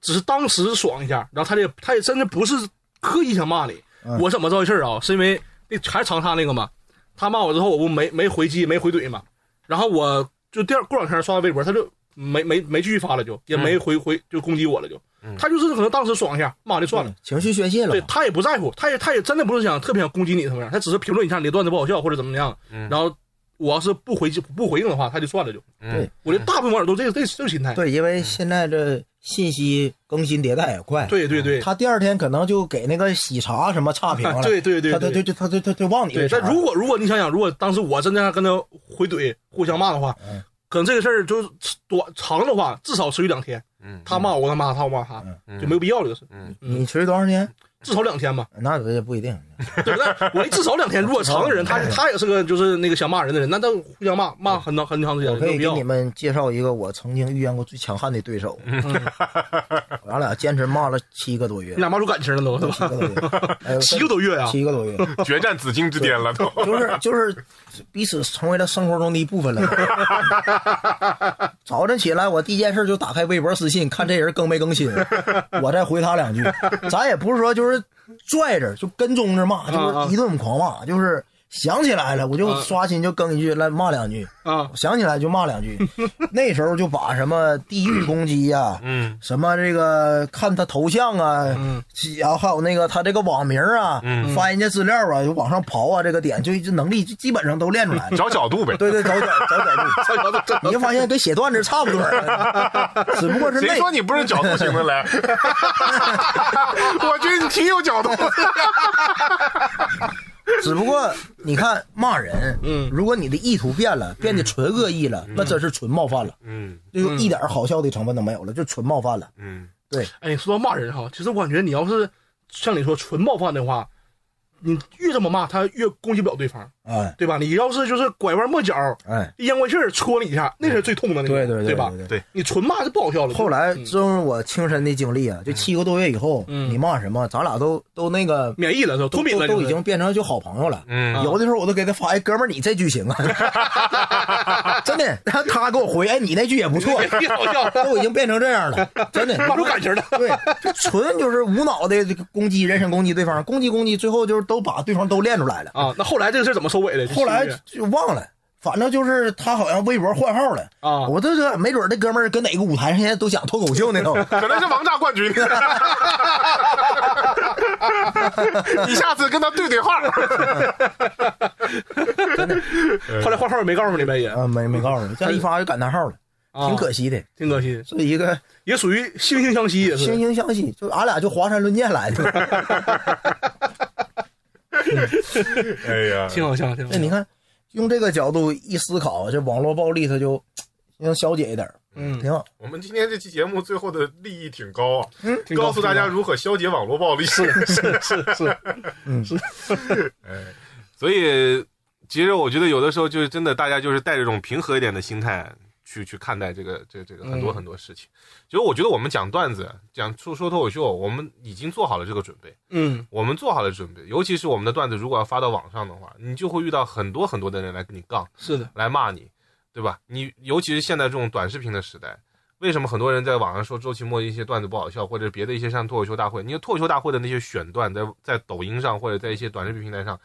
[SPEAKER 1] 只是当时爽一下，然后他也他也真的不是刻意想骂你。我怎么知道这事儿啊？是因为那还是长沙那个嘛，他骂我之后，我不没没回击，没回怼嘛，然后我就第二过两天刷微博，他就没没没继续发了就，也没回回就攻击我了就，他就是可能当时爽一下，骂完就算了。
[SPEAKER 2] 情绪宣泄了
[SPEAKER 1] 对
[SPEAKER 2] 嘛，
[SPEAKER 1] 他也不在乎，他也他也真的不是想特别想攻击你什么样，他只是评论一下你的段子不好笑或者怎么样。
[SPEAKER 2] 嗯
[SPEAKER 1] 然后我要是不回击不回应的话，他就算了就。
[SPEAKER 2] 对
[SPEAKER 1] 我觉得大部分网友都这个这个这个心态。
[SPEAKER 2] 嗯对，因为现在这信息更新迭代也快，
[SPEAKER 1] 嗯对对对
[SPEAKER 2] 嗯他第二天可能就给那个喜茶什么差评了，
[SPEAKER 1] 对对对
[SPEAKER 2] 他他
[SPEAKER 1] 对
[SPEAKER 2] 对对他他他他忘你
[SPEAKER 1] 对
[SPEAKER 2] 这。事儿
[SPEAKER 1] 但
[SPEAKER 2] 了
[SPEAKER 1] 如果如果你想想，如果当时我真的跟他回怼互相骂的话，
[SPEAKER 2] 嗯
[SPEAKER 1] 可能这个事儿就是短长的话，至少持续两天。
[SPEAKER 3] 嗯，
[SPEAKER 1] 他骂我，他骂他，我骂他，
[SPEAKER 2] 嗯
[SPEAKER 1] 就没有必要了，就是
[SPEAKER 2] 你持续多长时间？
[SPEAKER 1] 至少两天 吧。
[SPEAKER 2] 那也不一定。
[SPEAKER 1] 对，那我至少两天。如果长的人，他
[SPEAKER 2] 嗯
[SPEAKER 1] 他也是个就是那个想骂人的人，那他互相骂骂很长很长时间
[SPEAKER 2] 我，可
[SPEAKER 1] 没有
[SPEAKER 2] 以
[SPEAKER 1] 必
[SPEAKER 2] 给
[SPEAKER 1] 要
[SPEAKER 2] 你。们介绍一个我曾经遇见过最强悍的对手，
[SPEAKER 1] 嗯
[SPEAKER 2] 咱俩坚持骂了七个多月
[SPEAKER 1] 你，俩骂出感情了都是
[SPEAKER 2] 七
[SPEAKER 1] 吧？
[SPEAKER 2] 个多月，哎
[SPEAKER 1] 七个多月啊！
[SPEAKER 2] 七个多月，
[SPEAKER 3] 决战紫禁之巅了 都。
[SPEAKER 2] 就是就是彼此成为了生活中的一部分了。早晨起来，我第一件事就打开微博私信，看这人更没更新，我再回他两句。咱也不是说就是拽着就跟踪着骂，
[SPEAKER 1] 啊
[SPEAKER 2] 就
[SPEAKER 1] 啊
[SPEAKER 2] 是一顿狂骂，就是想起来了我就
[SPEAKER 1] 啊
[SPEAKER 2] 刷新就更一句来骂两句。
[SPEAKER 1] 啊
[SPEAKER 2] 我想起来就骂 两句。那时候就把什么地域攻击呀、
[SPEAKER 3] 嗯
[SPEAKER 2] 什么这个看他头像啊，
[SPEAKER 1] 嗯
[SPEAKER 2] 然后还有那个他这个网名啊，
[SPEAKER 3] 嗯
[SPEAKER 2] 翻人家资料啊，就往上刨啊，这个点就就能力就基本上都练 出来了。
[SPEAKER 3] 找角度呗，
[SPEAKER 2] 对对，找角找角度，
[SPEAKER 1] 这这
[SPEAKER 2] 你就发现跟写段子差不多儿，只不过是
[SPEAKER 3] 谁
[SPEAKER 2] 那
[SPEAKER 3] 说你不是角度型 的来？我觉得你挺有角度。
[SPEAKER 2] 只不过你看骂人，
[SPEAKER 1] 嗯
[SPEAKER 2] 如果你的意图变了，变得纯恶意了，那真是纯冒犯了，
[SPEAKER 3] 嗯
[SPEAKER 2] 就一点儿好笑的成分都没有了，就纯冒犯了。
[SPEAKER 3] 嗯，
[SPEAKER 2] 对，
[SPEAKER 1] 哎，说到骂人哈，其实我感觉你要是像你说纯冒犯的话，你越这么骂，他越攻击不了对方，
[SPEAKER 2] 哎
[SPEAKER 1] 对吧？你要是就是拐弯抹角，
[SPEAKER 2] 哎，
[SPEAKER 1] 一言过气儿戳你一下，那是最痛的那个，
[SPEAKER 2] 对
[SPEAKER 1] 对
[SPEAKER 2] 对
[SPEAKER 1] 吧
[SPEAKER 2] 对？对
[SPEAKER 3] 对，
[SPEAKER 1] 你纯骂就不好笑了。
[SPEAKER 2] 后来
[SPEAKER 1] 嗯
[SPEAKER 2] 这是我亲身的经历啊，就七个多月以后，
[SPEAKER 1] 嗯
[SPEAKER 2] 你骂什么，咱俩都都那个
[SPEAKER 1] 免疫了，都脱敏
[SPEAKER 2] 都
[SPEAKER 1] 了，
[SPEAKER 2] 都
[SPEAKER 1] 就是啊
[SPEAKER 2] 已经变成就好朋友了。
[SPEAKER 3] 嗯
[SPEAKER 2] 有的时候我都给他发，哎，哥们儿，你这句行啊， 真的。然后他给我回，哎，你那句也不错，
[SPEAKER 1] 别 好笑了，
[SPEAKER 2] 都已经变成这样了，真的。
[SPEAKER 1] 骂出感情了。
[SPEAKER 2] 对，就纯就是无脑的攻击，人身攻击对方，攻击攻击，最后就是都把对方都练出来了。
[SPEAKER 1] 啊，那后来这个事儿怎么收尾的？这
[SPEAKER 2] 后来
[SPEAKER 1] 七个月
[SPEAKER 2] 就忘了，反正就是他好像微博换号了
[SPEAKER 1] 啊
[SPEAKER 2] 我这这没准儿这哥们儿跟哪个舞台上现在都讲脱口秀呢都。
[SPEAKER 3] 可能是王 炸冠军。你下次跟他对对话。呃
[SPEAKER 1] 后来换号也没告诉你呗，也
[SPEAKER 2] 啊，没没告诉你，这样一发就赶大号了，挺可
[SPEAKER 1] 惜，
[SPEAKER 2] 惜的。
[SPEAKER 1] 挺可惜，
[SPEAKER 2] 这一个
[SPEAKER 1] 也属于惺惺相惜，也
[SPEAKER 2] 惺
[SPEAKER 1] 是。
[SPEAKER 2] 惺相惜，就俺俩就华山论剑 来的。
[SPEAKER 3] 哎呀
[SPEAKER 1] 挺好笑，挺好
[SPEAKER 2] 那
[SPEAKER 1] 笑。
[SPEAKER 2] 你看，用这个角度一思考，这网络暴力它就能消解一点儿，
[SPEAKER 1] 嗯，
[SPEAKER 2] 挺好。
[SPEAKER 3] 我们今天这期节目最后的利益挺高啊，
[SPEAKER 1] 挺高
[SPEAKER 3] 告诉大家
[SPEAKER 1] 兴的，
[SPEAKER 3] 如何消解网络暴力。
[SPEAKER 1] 是是是
[SPEAKER 3] 所以，其实我觉得有的时候就是真的，大家就是带着这种平和一点的心态去去看待这个这这个很多
[SPEAKER 1] 嗯
[SPEAKER 3] 很多事情。其实我觉得我们讲段子、讲说说脱口秀，我们已经做好了这个准备，
[SPEAKER 1] 嗯
[SPEAKER 3] 我们做好了准备。尤其是我们的段子如果要发到网上的话，你就会遇到很多很多的人来跟你杠。
[SPEAKER 1] 是的，
[SPEAKER 3] 来骂你，对吧？你尤其是现在这种短视频的时代，为什么很多人在网上说周奇墨的一些段子不好笑，或者别的一些像脱口秀大会，你看脱口秀大会的那些选段在，在抖音上或者在一些短视频平台上，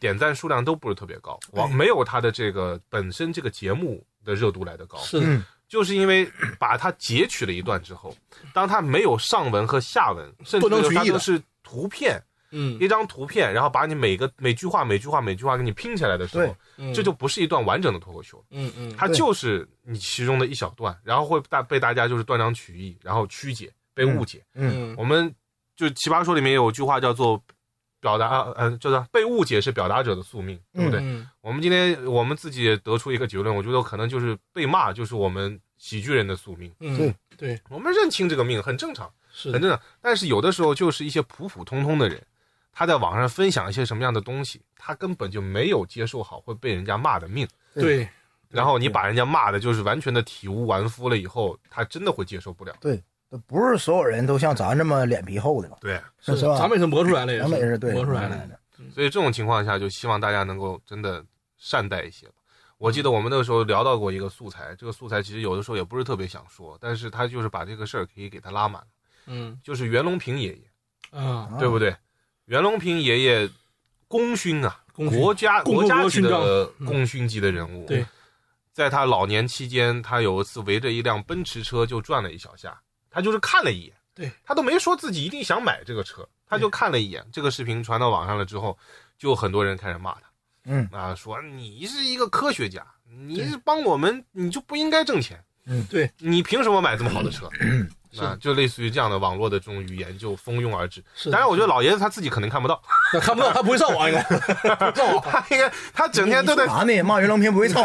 [SPEAKER 3] 点赞数量都不是特别高，网没有它的这个本身这个节目的热度来的高，
[SPEAKER 1] 是的，
[SPEAKER 2] 嗯
[SPEAKER 3] 就是因为把它截取了一段之后，当它没有上文和下文，甚至
[SPEAKER 1] 断章取义
[SPEAKER 3] 它
[SPEAKER 1] 了
[SPEAKER 3] 都是图片。
[SPEAKER 1] 嗯
[SPEAKER 3] 一张图片，然后把你每个每句话、每句话、每句话给你拼起来的时候
[SPEAKER 2] 对，
[SPEAKER 1] 嗯
[SPEAKER 3] 这就不是一段完整的脱口秀了，
[SPEAKER 1] 嗯嗯
[SPEAKER 3] 它
[SPEAKER 2] 对
[SPEAKER 3] 就是你其中的一小段，然后会大被大家就是断章取义，然后曲解、被误解。
[SPEAKER 2] 嗯，
[SPEAKER 1] 嗯
[SPEAKER 3] 我们就《奇葩说》里面有句话叫做“表达”，呃，叫做“被误解是表达者的宿命”，对不对？
[SPEAKER 1] 嗯
[SPEAKER 3] 我们今天我们自己也得出一个结论，我觉得可能就是被骂就是我们喜剧人的 宿命，
[SPEAKER 1] 嗯
[SPEAKER 2] 对
[SPEAKER 1] 对
[SPEAKER 3] 我们认清这个命很正常，
[SPEAKER 1] 是
[SPEAKER 3] 很正常。但是有的时候就是一些普普通通的人，他在网上分享一些什么样的东西，他根本就没有接受好会被人家骂的命，
[SPEAKER 1] 对
[SPEAKER 3] 然后你把人家骂的就是完全的体无完肤了以后，他真的会接受不了。
[SPEAKER 2] 对，不是所有人都像咱这么脸皮厚的吧？
[SPEAKER 3] 对，
[SPEAKER 1] 是
[SPEAKER 2] 是吧？
[SPEAKER 1] 咱们也是磨出来的，
[SPEAKER 2] 咱们也是对嗯
[SPEAKER 1] 磨出来的，
[SPEAKER 2] 的，
[SPEAKER 3] 所以这种情况下，就希望大家能够真的善待一些吧。我记得我们那个时候聊到过一个素材，这个素材其实有的时候也不是特别想说，但是他就是把这个事儿可以给他拉满，
[SPEAKER 1] 嗯
[SPEAKER 3] 就是袁隆平爷爷，
[SPEAKER 1] 啊
[SPEAKER 2] 啊
[SPEAKER 3] 对不对？袁隆平爷爷功勋啊，
[SPEAKER 1] 功勋
[SPEAKER 3] 国家
[SPEAKER 1] 共和
[SPEAKER 3] 国家
[SPEAKER 1] 国
[SPEAKER 3] 级
[SPEAKER 1] 勋章嗯
[SPEAKER 3] 的功勋级的人物。
[SPEAKER 1] 对，
[SPEAKER 3] 在他老年期间，他有一次围着一辆奔驰车就转了一小下，他就是看了一眼，
[SPEAKER 1] 对
[SPEAKER 3] 他都没说自己一定想买这个车，他就看了一眼。这个视频传到网上了之后，就很多人开始骂他，
[SPEAKER 2] 嗯
[SPEAKER 3] 啊，说你是一个科学家，你
[SPEAKER 1] 对
[SPEAKER 3] 是帮我们，你就不应该挣钱，
[SPEAKER 2] 嗯
[SPEAKER 1] 对，
[SPEAKER 3] 你凭什么买这么好的车？啊
[SPEAKER 1] 嗯是，
[SPEAKER 3] 就类似于这样的网络的这种语言就蜂拥而至。
[SPEAKER 1] 是
[SPEAKER 3] 当然，我觉得老爷子他自己可能看不到，
[SPEAKER 1] 那看不到，他不会上 网应该不上网，
[SPEAKER 3] 他应该他整 天都在
[SPEAKER 2] 你说啥呢？骂袁隆平不会操，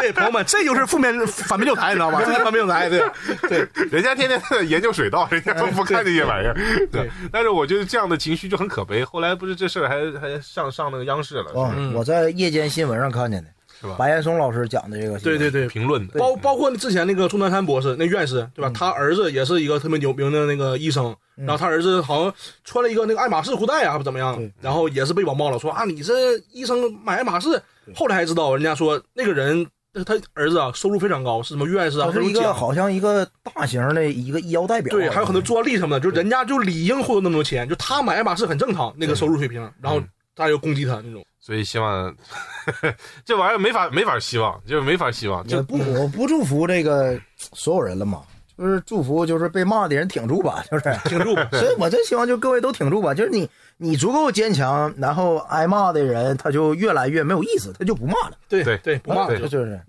[SPEAKER 1] 对朋友们，这就是负面反面教材，你知 道吗？这就是反面教材， 对对，
[SPEAKER 3] 人家天天在研究水稻，人家都不看这些玩意儿。
[SPEAKER 1] 对，
[SPEAKER 3] 但是我觉得这样的情绪就很可悲。后来不是这事儿还还上上那个央视了，
[SPEAKER 1] 哦
[SPEAKER 3] 是吧
[SPEAKER 2] 嗯我在夜间新闻上看见的，
[SPEAKER 3] 是吧？
[SPEAKER 2] 白岩松老师讲的这个新
[SPEAKER 1] 对
[SPEAKER 2] 闻，
[SPEAKER 1] 对对，嗯
[SPEAKER 3] 评论的
[SPEAKER 1] 包包括之前那个钟南山博士，那院士对吧？他儿子也是一个特别牛名的那个医生，然后他儿子好像穿了一个那个爱马仕裤带啊，还不怎么样
[SPEAKER 2] 对，
[SPEAKER 1] 然后也是被网暴了，说啊你这医生买爱马仕，后来才知道人家说那个人他儿子啊收入非常高，是什么院士啊，
[SPEAKER 2] 他
[SPEAKER 1] 还有
[SPEAKER 2] 是一
[SPEAKER 1] 奖
[SPEAKER 2] 个好像一个大型的一个医药代表，啊
[SPEAKER 1] 对，还有很多专利什么的，就是人家就理应获得那么多钱，就他买爱马仕很正常，那个收入水平，然
[SPEAKER 2] 嗯
[SPEAKER 1] 后大家就攻击他那种，
[SPEAKER 3] 所以希望 这玩意儿没法没法希望，就是没法希望。
[SPEAKER 2] 我
[SPEAKER 3] 就
[SPEAKER 2] 不，我不祝福这个所有人了嘛，就是祝福就是被骂的人挺住吧，就是。
[SPEAKER 1] 挺 住，
[SPEAKER 2] 所以我真希望就各位都挺住吧，就是你你足够坚强，然后挨骂的人他就越来越没有意思，他就不骂了，
[SPEAKER 1] 对
[SPEAKER 3] 对
[SPEAKER 1] 对，不骂
[SPEAKER 3] 对
[SPEAKER 1] 就
[SPEAKER 2] 就是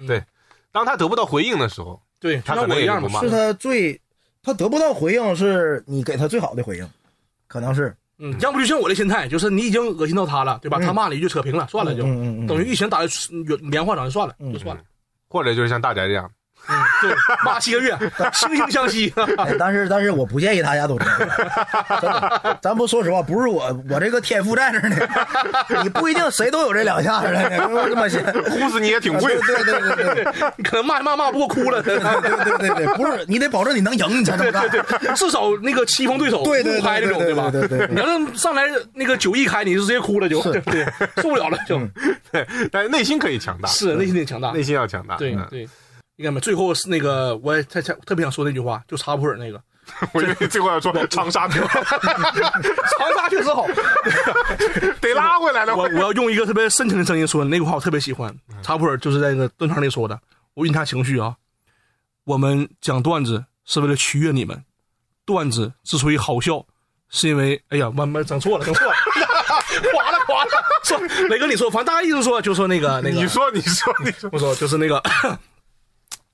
[SPEAKER 3] 当他得不到回应的时候，
[SPEAKER 1] 对，就
[SPEAKER 3] 他
[SPEAKER 1] 像
[SPEAKER 3] 可能
[SPEAKER 1] 我一
[SPEAKER 3] 也
[SPEAKER 1] 样
[SPEAKER 3] 不
[SPEAKER 1] 嘛，
[SPEAKER 3] 骂
[SPEAKER 2] 是。他最他得不到回应，是你给他最好的回应，可能 是
[SPEAKER 1] 嗯，要不就像我的心态，就是你已经恶心到他了，对吧？
[SPEAKER 2] 嗯
[SPEAKER 1] 他骂你就扯平了，算了就，
[SPEAKER 2] 嗯嗯嗯嗯
[SPEAKER 1] 等于一拳打原原话长就算了，就算了，
[SPEAKER 3] 或者就是像大宅 这样，
[SPEAKER 1] 嗯，对，骂七个月，惺惺相惜，
[SPEAKER 3] 啊
[SPEAKER 2] 哎，但是但是我不建议大家都这 样，真的，咱不说实话，不是我我这个天赋在这儿呢， 你不一定谁都有这两下子的，不用这么想。
[SPEAKER 3] 呼死你也挺贵
[SPEAKER 2] 对。对对对对
[SPEAKER 1] 你可能骂骂骂不过哭了，
[SPEAKER 2] 啊对对对，不是你得保证你能赢，你才这么干。
[SPEAKER 1] 至少那个棋逢对手，
[SPEAKER 2] 对对对
[SPEAKER 1] 互拍那种，
[SPEAKER 2] 对
[SPEAKER 1] 吧？
[SPEAKER 2] 对对对对
[SPEAKER 1] 你要是上来那个九一开，你就直接哭了，就对对，受不了 了，就
[SPEAKER 3] 但是内心可以强大，
[SPEAKER 1] 是内心得强大，
[SPEAKER 3] 内心要强大。
[SPEAKER 1] 对
[SPEAKER 3] 嗯
[SPEAKER 1] 对，应该没。最后是那个，我也特特特别想说那句话，就查普尔 那个
[SPEAKER 3] 我以为最后要说长沙得
[SPEAKER 1] 长沙确实好。
[SPEAKER 3] 得拉回来了。
[SPEAKER 1] 我我要用一个特别深情的声音说，那句话我特别喜欢。查普尔就是在那个论坛里说的，我引他情绪啊。我们讲段子是为了取悦你们，段子之所以好笑，是因为哎呀，慢慢整错了，整错了， 垮了垮了。说磊哥，你说，反正大概意思说，就说那个那个，
[SPEAKER 3] 你说你说你说，
[SPEAKER 1] 我说就是那个，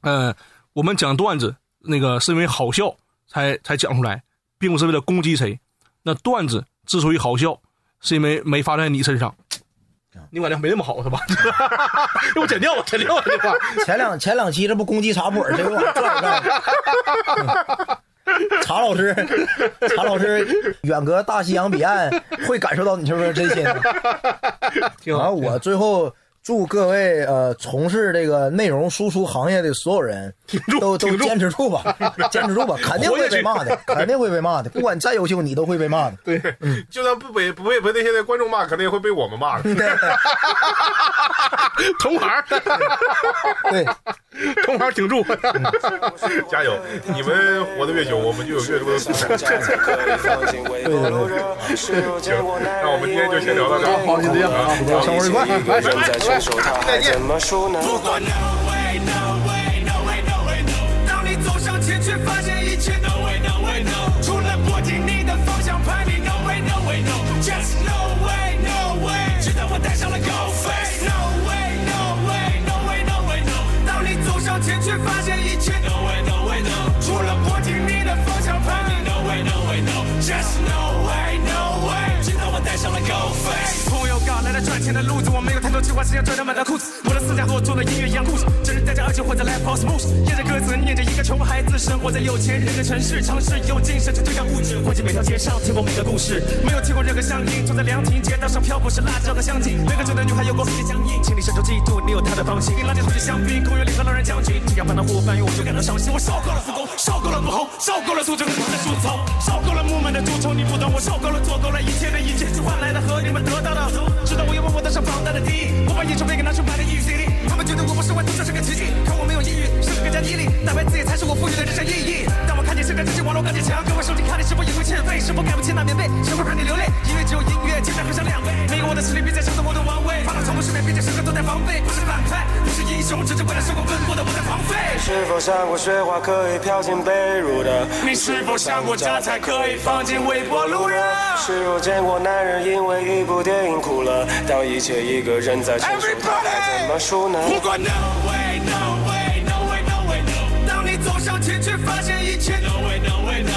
[SPEAKER 1] 呃，我们讲段子，那个是因为好笑才才讲出来，并不是为了攻击谁。那段子之所以好笑，是因为没发生在你身上。你管的没那么好是吧？ 我剪掉吧，剪掉吧这话。
[SPEAKER 2] 前两前两期这不攻击茶普尔，这又往这儿干。查老师，查老师，远隔大西洋彼岸，会感受到你是不是真心的。
[SPEAKER 1] 挺
[SPEAKER 2] 然
[SPEAKER 1] 好，
[SPEAKER 2] 后我最后祝各位呃从事这个内容输出行业的所有人
[SPEAKER 1] 住
[SPEAKER 2] 都都
[SPEAKER 1] 挺住
[SPEAKER 2] 坚持住吧， 坚持住吧，肯定会被骂的，肯定会被骂的。不管再优秀，你都会被骂的。
[SPEAKER 1] 对，嗯
[SPEAKER 3] 就算不被不被被那些观众骂，可能也会被我们骂 的。
[SPEAKER 2] 对
[SPEAKER 1] 同行儿，
[SPEAKER 2] 对，
[SPEAKER 1] 同行儿挺住。
[SPEAKER 3] 加油！你们活得越久，我们就有越多的素材。
[SPEAKER 5] 那我们今天就先聊到这儿，
[SPEAKER 1] 好，就这样，啊，
[SPEAKER 5] 生活愉快，拜拜，怎么输呢？
[SPEAKER 4] 不管 no way no way no way no way no，当你走上前，却发现一切 no way no way no，除了握紧你的方向盘，的路子，我没有太多计划，只想穿上满大裤子。我的思想和我做的音乐一样故事，只是带着爱情活在 live house moves，念着歌词，念着一个穷孩子生活在有钱人的城市，城市有精神，就对抗物质，逛街每条街上，听过每个故事，没有听过任何乡音，走在凉亭街道上漂泊是辣椒和香精，每个酒的女孩有过自己的僵硬，请你慎重记住，你有她的芳心。你拉进同学香槟，公园里和老人将军，只要碰到伙伴，我就感到伤心。我受够了复工，受够了幕后，受够了苏州的树丛，受够了木门的蛀虫，你不懂，我受够了做够了一切的一切，只换来了和你们得到的。直到我又问我的上房贷的低，我把演唱片给拿去买了抑郁 CD，他们觉得我不是万能，这是个奇迹，可我没有抑郁，是更加毅力，打败自己才是我赋予的人生意义。当我看见现在这些网络钢铁强，各位手机看你是否也会欠费，是否看不起那棉被，是否让你流泪？音乐只有音乐，简单合上两倍，没有我的实力，别再想着我的王位，发了从不失眠，并且时刻都在防备，不是反派，不是英雄，只是为了生活奔波的我在狂吠。
[SPEAKER 5] 是否像过雪花可以飘进被褥的？
[SPEAKER 4] 你是否想过家才可以放进微波炉热
[SPEAKER 5] 是否见过男人因为一部电影哭了？当一切一个人在承受，他该怎么数呢？
[SPEAKER 4] 不管 no way no way no way no way no，当你走上前却发现一切 no way no way no